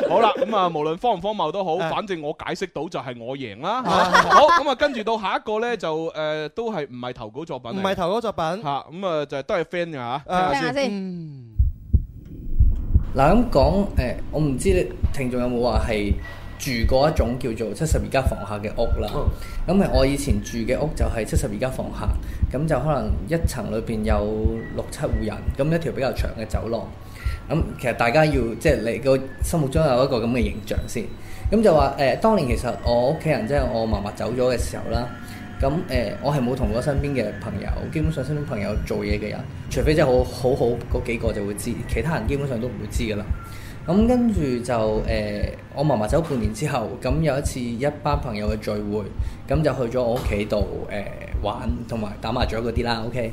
好啦，咁啊，無論荒唔荒謬都好，反正我解釋到就係我贏啦。好，咁啊，跟住到下一個咧就誒，都係唔係投稿作品嚟？唔係投稿作品嚇，咁啊就係都係 friend 嘅嚇，聽下先，嗱咁講誒，我唔知你聽眾有冇話係住過一種叫做七十二家房客嘅屋啦。咁誒、我以前住嘅屋就係七十二家房客，咁就可能一層裏邊有六七戶人，咁一條比較長嘅走廊。咁其實大家要即係你個心目中有一個咁嘅形象先。咁就話誒、當年其實我屋企人即係我嫲嫲走咗嘅時候啦。咁誒、我係冇同過身邊嘅朋友，基本上身邊朋友做嘢嘅人，除非真係好好好嗰幾個就會知，其他人基本上都唔會知㗎啦。咁跟住就誒、呃我嫲嫲走半年之後，咁有一次一班朋友嘅聚會，咁就去咗我屋企度誒玩同埋打麻雀嗰啲啦。OK，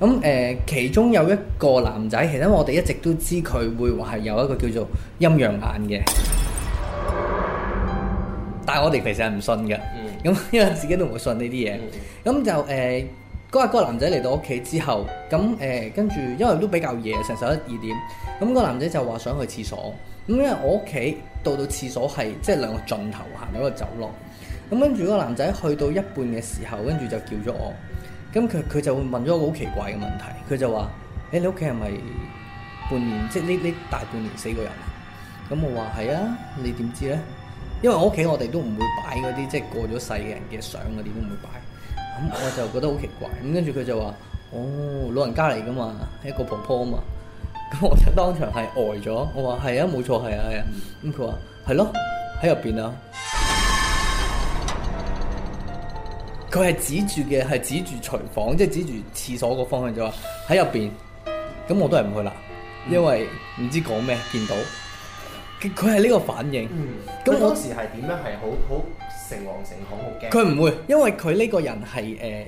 咁誒、其中有一個男仔，其實我哋一直都知佢會話係有一個叫做陰陽眼嘅，但係我哋其實係唔信嘅。咁、 因為自己都唔會信呢啲嘢。咁、就誒嗰日嗰個男仔嚟到屋企之後，咁誒、呃跟住因為都比較夜，成十一二點，咁、個男仔就話想去廁所。咁因為我屋企到到廁所係即係兩個盡頭行到一個走廊。咁跟住嗰個男仔去到一半嘅時候，跟住就叫咗我。咁佢佢就會問咗一個好奇怪嘅問題，佢就話：誒、你屋企係咪半年即係呢呢大半年死過人啊？咁我話係啊，你點知呢？因為我屋企我哋都唔會擺嗰啲即係過咗世嘅人嘅相嗰啲都唔會擺，咁我就覺得好奇怪。咁跟住佢就話：哦，老人家嚟噶嘛，一個婆婆啊嘛。咁我就當場係呆咗，我話係啊，冇錯係啊係啊。咁佢話係咯，喺入邊啊。佢係指住嘅，係指住廚房，即係指住廁所個方向就話喺入邊。咁我都係唔去啦，因為唔知講咩，見到佢佢係呢個反應。咁咁我當時係點咧？係好好誠惶誠恐，好驚。佢唔會，因為佢呢個人係誒，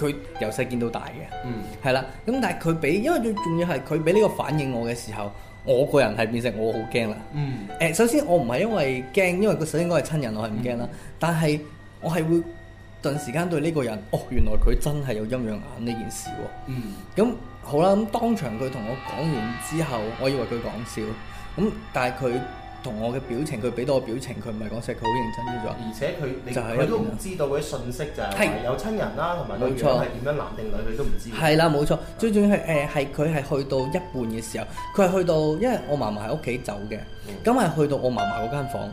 佢由細見到大嘅，嗯係啦。咁但係佢俾，因為最重要係佢俾呢個反應我嘅時候，我個人係變成我好驚啦。嗯誒、首先我唔係因為驚，因為佢首先嗰係親人，我係唔驚啦。嗯但係我係會頓時間對呢個人，哦，原來佢真係有陰陽眼呢件事喎、嗯咁好啦，咁當場佢同我講完之後，我以為佢講笑，咁但係佢同我嘅表情，佢俾到我表情，佢唔係講笑，佢好認真嘅咗。而且佢你就係佢都一邊唔知道嗰啲信息就係話係有親人啦，同埋個冇樣錯係點樣男定女，佢都唔知。係啦，冇錯。最重要係誒係佢係去到一半嘅時候，佢係去到，因為我嫲嫲喺屋企走嘅，嗯咁係、去到我嫲嫲嗰間房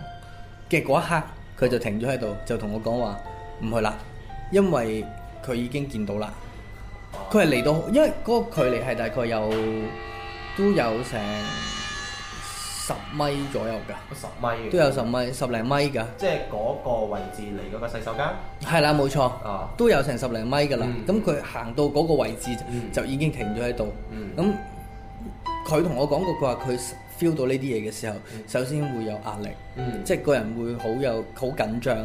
嘅嗰一刻，佢就停咗喺度，就同我講話唔去啦，因為佢已經見到啦。佢係嚟到，因為嗰個距離係大概有都有成十米左右㗎，哦十米都有十米十零米㗎。即係嗰個位置嚟嗰個洗手間。哦嗯係啦，冇錯，都有成十零米㗎啦。咁佢行到嗰個位置就,、已經停咗喺度。嗯咁佢同我講過，佢話佢 feel 到呢啲嘢嘅時候，首先會有壓力，嗯即係個人會好有好緊張。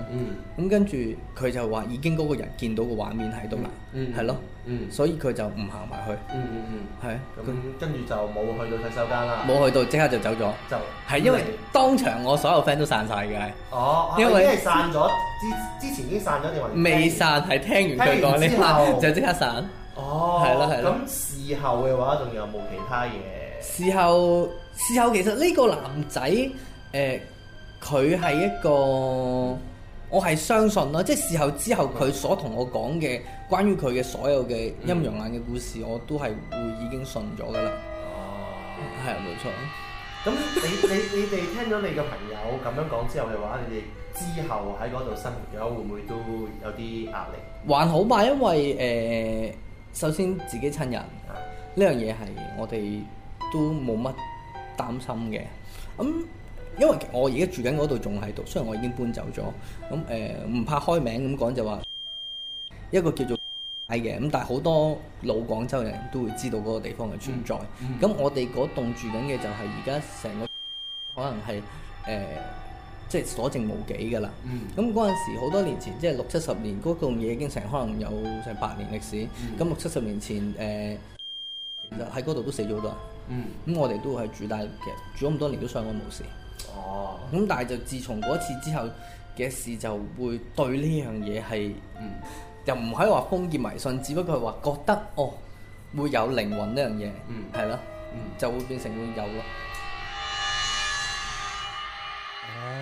咁、跟住佢就話已經嗰個人見到個畫面喺度啦，係、嗯嗯咯，嗯所以佢就唔行埋去。嗯嗯嗯。係啊咁跟住就冇去到洗手間啦。冇去到，即刻就走咗。就係因為當場我所有 friend 都散晒嘅，係哦，因因為為已經係散咗，之之前已經散咗定話未散係聽完佢講聽完之呢後就即刻散。哦，係啦係啦咁事後嘅話，仲有冇其他嘢？事後事後其實呢個男仔誒，佢、係一個我係相信咯，即係事後之後嗯佢所同我講嘅關於佢嘅所有嘅陰陽眼嘅故事，嗯我都係會已經信咗噶啦。哦，係啊冇錯。咁你你你哋聽咗你嘅朋友咁樣講之後嘅話，你哋之後喺嗰度生活咗，會唔會都有啲壓力？還好吧，因為誒、首先自己親人呢樣嘢係我哋都冇乜擔心嘅。咁、因為我而家住緊嗰度仲喺度，雖然我已經搬走咗，咁誒唔怕開名咁講就話一個叫做嘅，咁但係好多老廣州人都會知道嗰個地方嘅存在。咁、嗯嗯我哋嗰棟住緊嘅就係而家成個可能係誒、呃即係所剩無幾㗎啦。嗯咁嗰陣時好多年前，即係六七十年嗰棟嘢已經成可能有成百年歷史。嗯咁六七十年前誒、其實喺嗰度都死咗好多人。嗯咁我哋都係住，但係其實住咗咁多年都相安無事。哦，咁但係就自從嗰次之後嘅事，就會對呢樣嘢係，嗯又唔可以話封建迷信，只不過係話覺得哦會有靈魂呢樣嘢，嗯係啦，就會變成會有咯。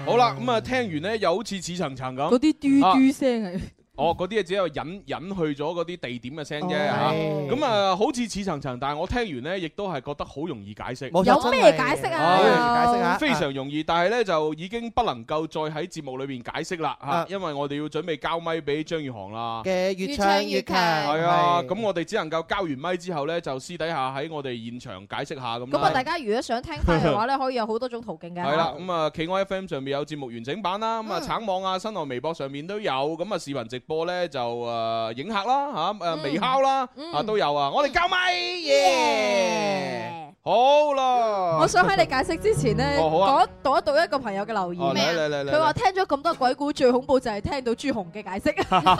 好啦，咁啊，聽完咧又好似似層層嗰咁。啲嘟啊嘟聲係。哦，嗰啲嘢只有引引去咗嗰啲地點嘅聲啫哦嚇，係咁啊好似似層層，但係我聽完呢，亦都係覺得好容易解釋。冇哦錯有咩真係解釋啊好容易解釋啊非常容易，但係呢，就已經不能夠再喺節目裏邊解釋啦嚇，因為我哋要準備交咪俾張宇航啦。啊嘅越唱越強。係啊，咁我哋只能夠交完咪之後呢，就私底下喺我哋現場解釋下咁咁啊，啦。大家如果想聽翻嘅話咧，可以有好多種途徑嘅。嗯係啦，咁啊，企鵝 FM 上面有節目完整版啦，咁啊，橙網啊、新浪微博上面都有，咁啊，視頻直播咧就誒影客啦，嚇嗯誒微烤啦，啊都有啊，我哋交咪耶，好啦，我想喺 你解釋之前咧，Ờ. 哦好啊講讀一讀一個朋友嘅留言。哦嚟啊嚟嚟嚟佢話聽咗咁多鬼故，最恐怖就係聽到朱紅嘅解釋。咁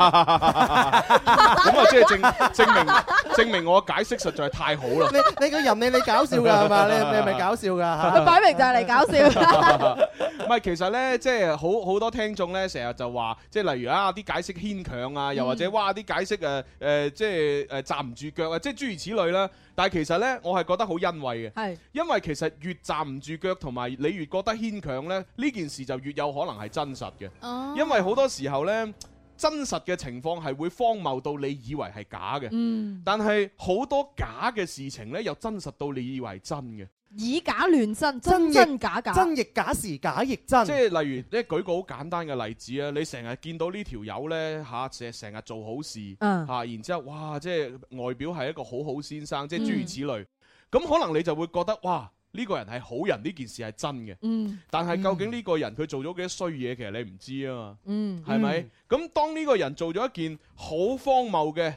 啊，即係證證明證明我解釋實在太好 啦。你你個人你你搞笑㗎 係嘛？你你係咪搞笑㗎？佢擺明就係嚟搞笑。唔係，其實咧，即係好好多聽眾咧，成日就話，即係例如啊，啲解釋牽強啊，又或者哇，啲解釋誒誒，即係誒站唔住腳啊，即係諸如此類啦。但係其實咧，我係覺得好欣慰嘅，係因為其實越站唔住腳，同埋你越覺得牽強咧，呢件事就越有可能係真實嘅，哦因為好多時候咧。真實嘅情況係會荒謬到你以為係假嘅，嗯但係好多假嘅事情呢，又真實到你以為係真嘅。 以假亂真，真真亦真假假，真亦假時假亦真。即係例如，即係舉個好簡單嘅例子啊！你成日見到呢條友呢，嚇，成成日做好事嚇、嗯然之後哇，即係外表係一個好好先生，即係諸如此嗯類。咁、可能你就會覺得哇，呢、個人係好人，呢件事係真嘅。嗯但係究竟呢個人佢做咗幾多衰嘢，其實你唔知啊嘛。嗯係咪？咁當呢個人做咗一件好荒謬嘅，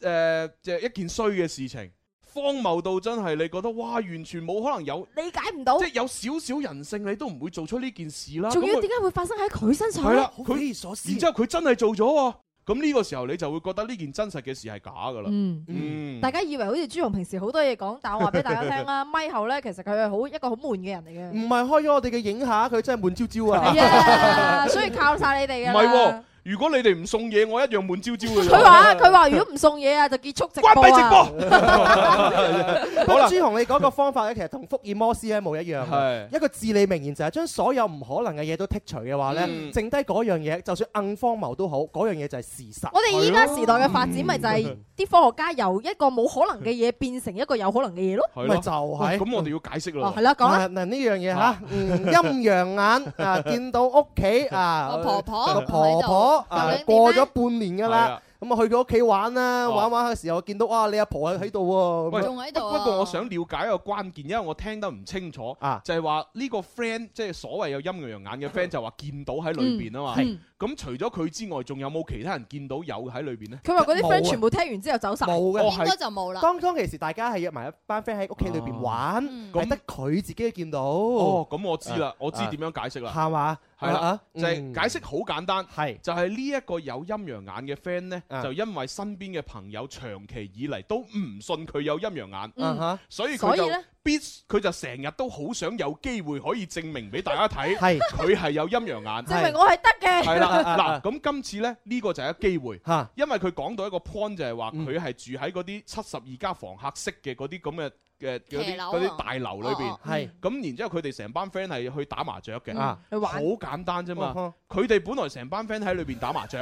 誒，即係一件衰嘅事情，荒謬到真係你覺得哇，完全冇可能有理解唔到，即係有少少人性，你都唔會做出呢件事啦。仲要咁佢點解會發啊生喺佢身上係咧啦？，佢所然之後佢真係做咗喎，咁呢個時候你就會覺得呢件真實嘅事係假㗎啦。嗯嗯大家以為好似朱紅平時好多嘢講，但我話俾大家聽啦，咪後咧其實佢係好一個好悶嘅人嚟唔係開咗我哋嘅影下，佢真係悶焦焦啊！係啊嘅，所以靠晒你唔哋嘅。係喎，如果你哋唔送嘢，我一樣滿朝朝嘅啫。佢話佢話如果唔送嘢啊，就結束直播關閉直啊啊！ 好啦，朱紅你講個方法咧，其實同福爾摩斯咧冇一樣嘅。係一個至理名言就係將所有唔可能嘅嘢都剔除嘅話咧，嗯剩低嗰樣嘢，就算硬荒謬都好，嗰樣嘢就係事實。我哋依家時代嘅發展咪就係啲科學家由一個冇可能嘅嘢變成一個有可能嘅嘢咯，係咯咪就係喂咁，我哋要解釋啦哦。係啦講啦啊嗱呢 樣嘢嚇，嗯陰陽眼啊，見到屋企啊個婆婆個婆婆啊喺度過咗半年㗎係啦啊，咁啊去佢屋企玩啦，玩玩嘅時候見到哇你阿婆喺度喎，喂咁不啊不過我想了解一個關鍵，因為我聽得唔清楚，啊就係話呢個 friend 即係所謂有陰陽眼嘅 friend 就話見到喺裏邊啊嘛。嗯咁除咗佢之外，仲有冇其他人見到有喺裏邊呢？佢話嗰啲啊 friend 全部部聽完之後走晒，冇嘅，冇當當其時，大家係約埋一班 friend 喺屋企裏邊玩，係得佢自己見到。哦哦，咁我知啦啊，我知點樣解釋啦。係嘛？係啊啦啊，就係嗯解釋好簡單，係啊就係呢一個有陰陽眼嘅 friend 呢，就因為身邊嘅朋友長期以嚟都唔信佢有陰陽嗯眼哼，所以所佢以就呢必佢就成日都好想有機會可以證明俾大家睇，係佢係有陰陽眼，證明我係得嘅。係啦， 啊嗱，咁今次咧呢個就係一個機會嚇，嗯因為佢講到一個 point 就係話佢係住喺嗰啲七十二家房客式嘅嗰啲咁嘅。嘅嗰騎啲樓啊嗰啲大樓裏邊哦，哦係咁，然之後佢哋成班 friend 係去打麻雀嘅，嗯啊去玩好簡單啫嘛哦。佢哋本來成班 friend 喺裏邊打麻雀，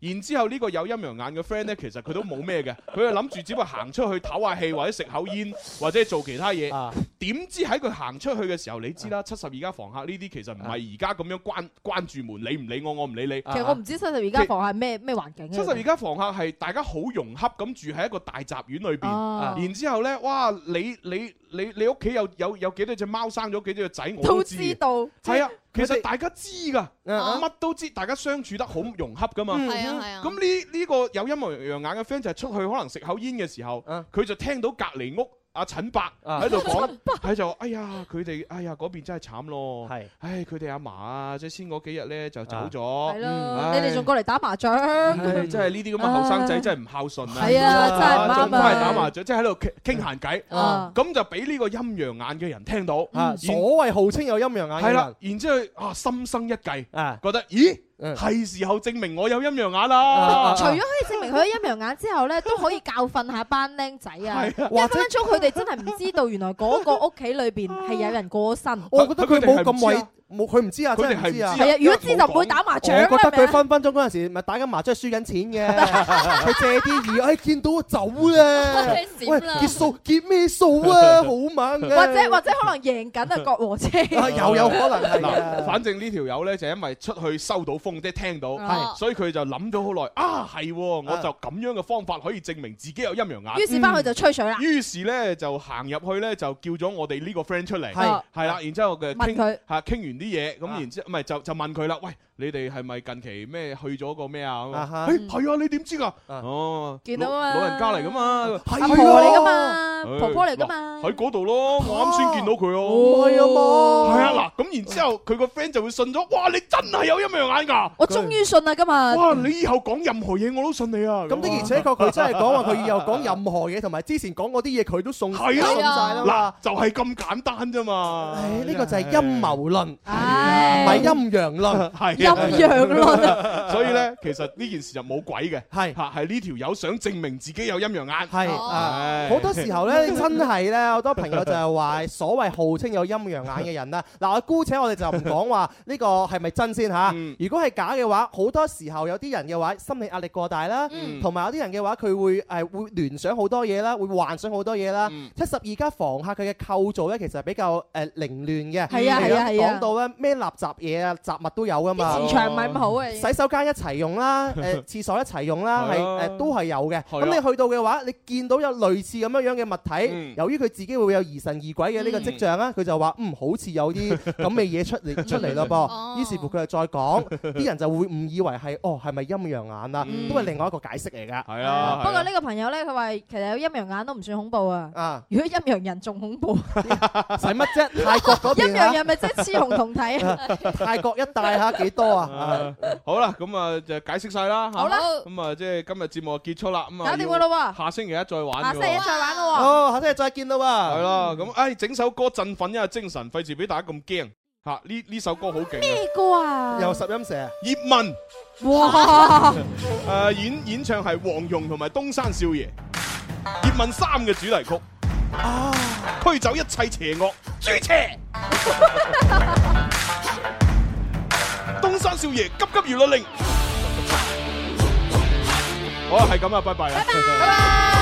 然之後呢個有陰陽眼嘅 friend 咧，其實佢都冇咩嘅，佢就諗住只不過行出去唞下氣，或者食口煙，或者做其他嘢。點知喺佢行出去嘅時候，你知啦，七十二家房客呢啲其實唔係而家咁樣關關住門，你唔理我，我唔理你。其實我唔知七十而家房係咩咩環境嘅。啊七十二家房客係大家好融洽咁住喺一個大宅院裏邊，哦然之後呢，哇！你你你你屋企有有有幾多隻貓生咗幾多隻仔，我都知嘅。道係啊，即係佢其實哋大家知㗎，啊乜都知，大家相處得好融洽㗎嘛。嗯係啊係啊咁呢呢個有陰陽眼嘅 friend 就係出去可能食口煙嘅時候，嗯佢就聽到隔離屋。阿陳伯啊喺度 講，佢就話：哎呀，佢哋，哎呀，嗰邊真係慘咯。係，唉，佢哋阿嫲啊，即係先嗰幾日咧就走咗。係嗯咯，唉你哋仲過嚟打啊麻雀？唉，真係呢啲咁嘅後生仔真係唔孝順啊！係啊真係唔啱啊仲翻嚟打麻雀，即係喺度傾傾閒啊偈，咁就俾呢個陰陽眼嘅人聽到，嗯啊，然所謂號稱有陰陽眼嘅係啦人，，然之後啊心生一計，覺得咦係時候證明我有陰陽眼啊啦，除咗可以證明佢有陰陽眼之後咧，都可以教訓下班僆仔啊！一係啊分分鐘佢哋真係唔知道，原來嗰個屋企裏邊係有人過身。我覺得佢冇啊咁偉偉，冇佢唔知啊，佢真哋係唔知啊。係唔知啊係啊如果知就唔會打麻雀啦我係覺得咪佢啊，分分鐘嗰陣時咪打緊麻雀輸緊錢嘅，佢借啲魚，哎見到我走啦 閃喂啦結數結咩數 啊，好猛嘅。或者或者可能贏緊啊國和車， 又有可能係啊嗱，反正呢條友呢，就因為出去收到風，即係聽到，係所以佢就諗咗好耐。啊，係喎，我就咁樣嘅方法可以證明自己有陰陽眼。於是翻去就吹水啦於是呢，就行入去呢，就叫咗我哋呢個 friend 出嚟，係啊係啦，然之後嘅問傾佢啊嚇傾完啲嘢，咁然之唔係就就問佢啦，喂，你哋係咪近期咩去咗個咩啊？咁啊哈啊誒係啊，你點知㗎？哦，見到老啊老人家嚟㗎嘛，阿係婆嚟㗎啊嘛，婆婆嚟㗎嘛。嗱喺嗰度咯，我啱先見到佢哦哦，係啊嘛係啊嗱，咁然之後佢個 friend 就會信咗，哇！你真係有陰陽眼㗎，我終於信啦今日。哇！啊你以後講任何嘢我都信你啊！咁的而且確，佢真係講話佢以後講任何嘢，同埋之前講嗰啲嘢，佢都送係送晒啦嘛啊，。嗱就係咁簡單啫嘛，呢個就係陰謀論，唔係係陰陽論。係陰陰陽論。啊 所以咧，其實呢件事就冇鬼嘅，係嚇係呢條友想證明自己有陰陽眼，係哦啊好多時 候咧，真係咧，好多朋友就係話所謂號稱有陰陽眼嘅人啦。嗱，我姑且我哋就唔講話呢個係咪真先吓。如果係假嘅話，好多時候有啲人嘅話心理壓力過大啦，同埋有啲人嘅話佢會誒會聯想好多嘢啦，會幻想好多嘢啦。七十二家房客佢嘅構造咧，其實係比較誒凌亂嘅。係啊係啊係啊講到咧咩垃圾嘢啊雜物都有噶嘛。啲磁場唔係咁好啊已經洗手間一齊用啦，誒廁所一齊用啦，係係啊誒都係有嘅。係咁啊你去。去到嘅話，你見到有類似咁樣樣嘅物體，由於佢自己會有疑神疑鬼嘅呢個跡象啦，佢就話嗯好似有啲咁嘅嘢出嚟出嚟咯噃。於是乎佢就再講，啲人就會誤以為係哦係咪陰陽眼啊？都係另外一個解釋嚟㗎。係啊不過呢個朋友咧，佢話其實有陰陽眼都唔算恐怖啊啊。如果陰陽人仲恐怖， 使乜啫？泰國嗰邊陰陽人啊咪即係雌雄同體啊！ 泰國一帶嚇幾多 啊？好啦，咁啊就解釋晒啦。嚇好啦咁啊即係今日節目就結束啦。咁啊，搞掂㗎啦喎下星期一再玩。下星期一再玩咯喎哦，下星期再見啦喎。係啦，咁唉整首歌振奮一下精神，費事俾大家咁驚嚇。呢呢首歌好勁啊！歌啊？又十音蛇。葉問。哇！誒呃演演唱係黃蓉同埋東山少爺《葉問三》嘅主題曲。啊！驅走一切邪惡，诛邪。 東山少爺急急如律令。好啊，係咁啊，拜拜啊。拜拜。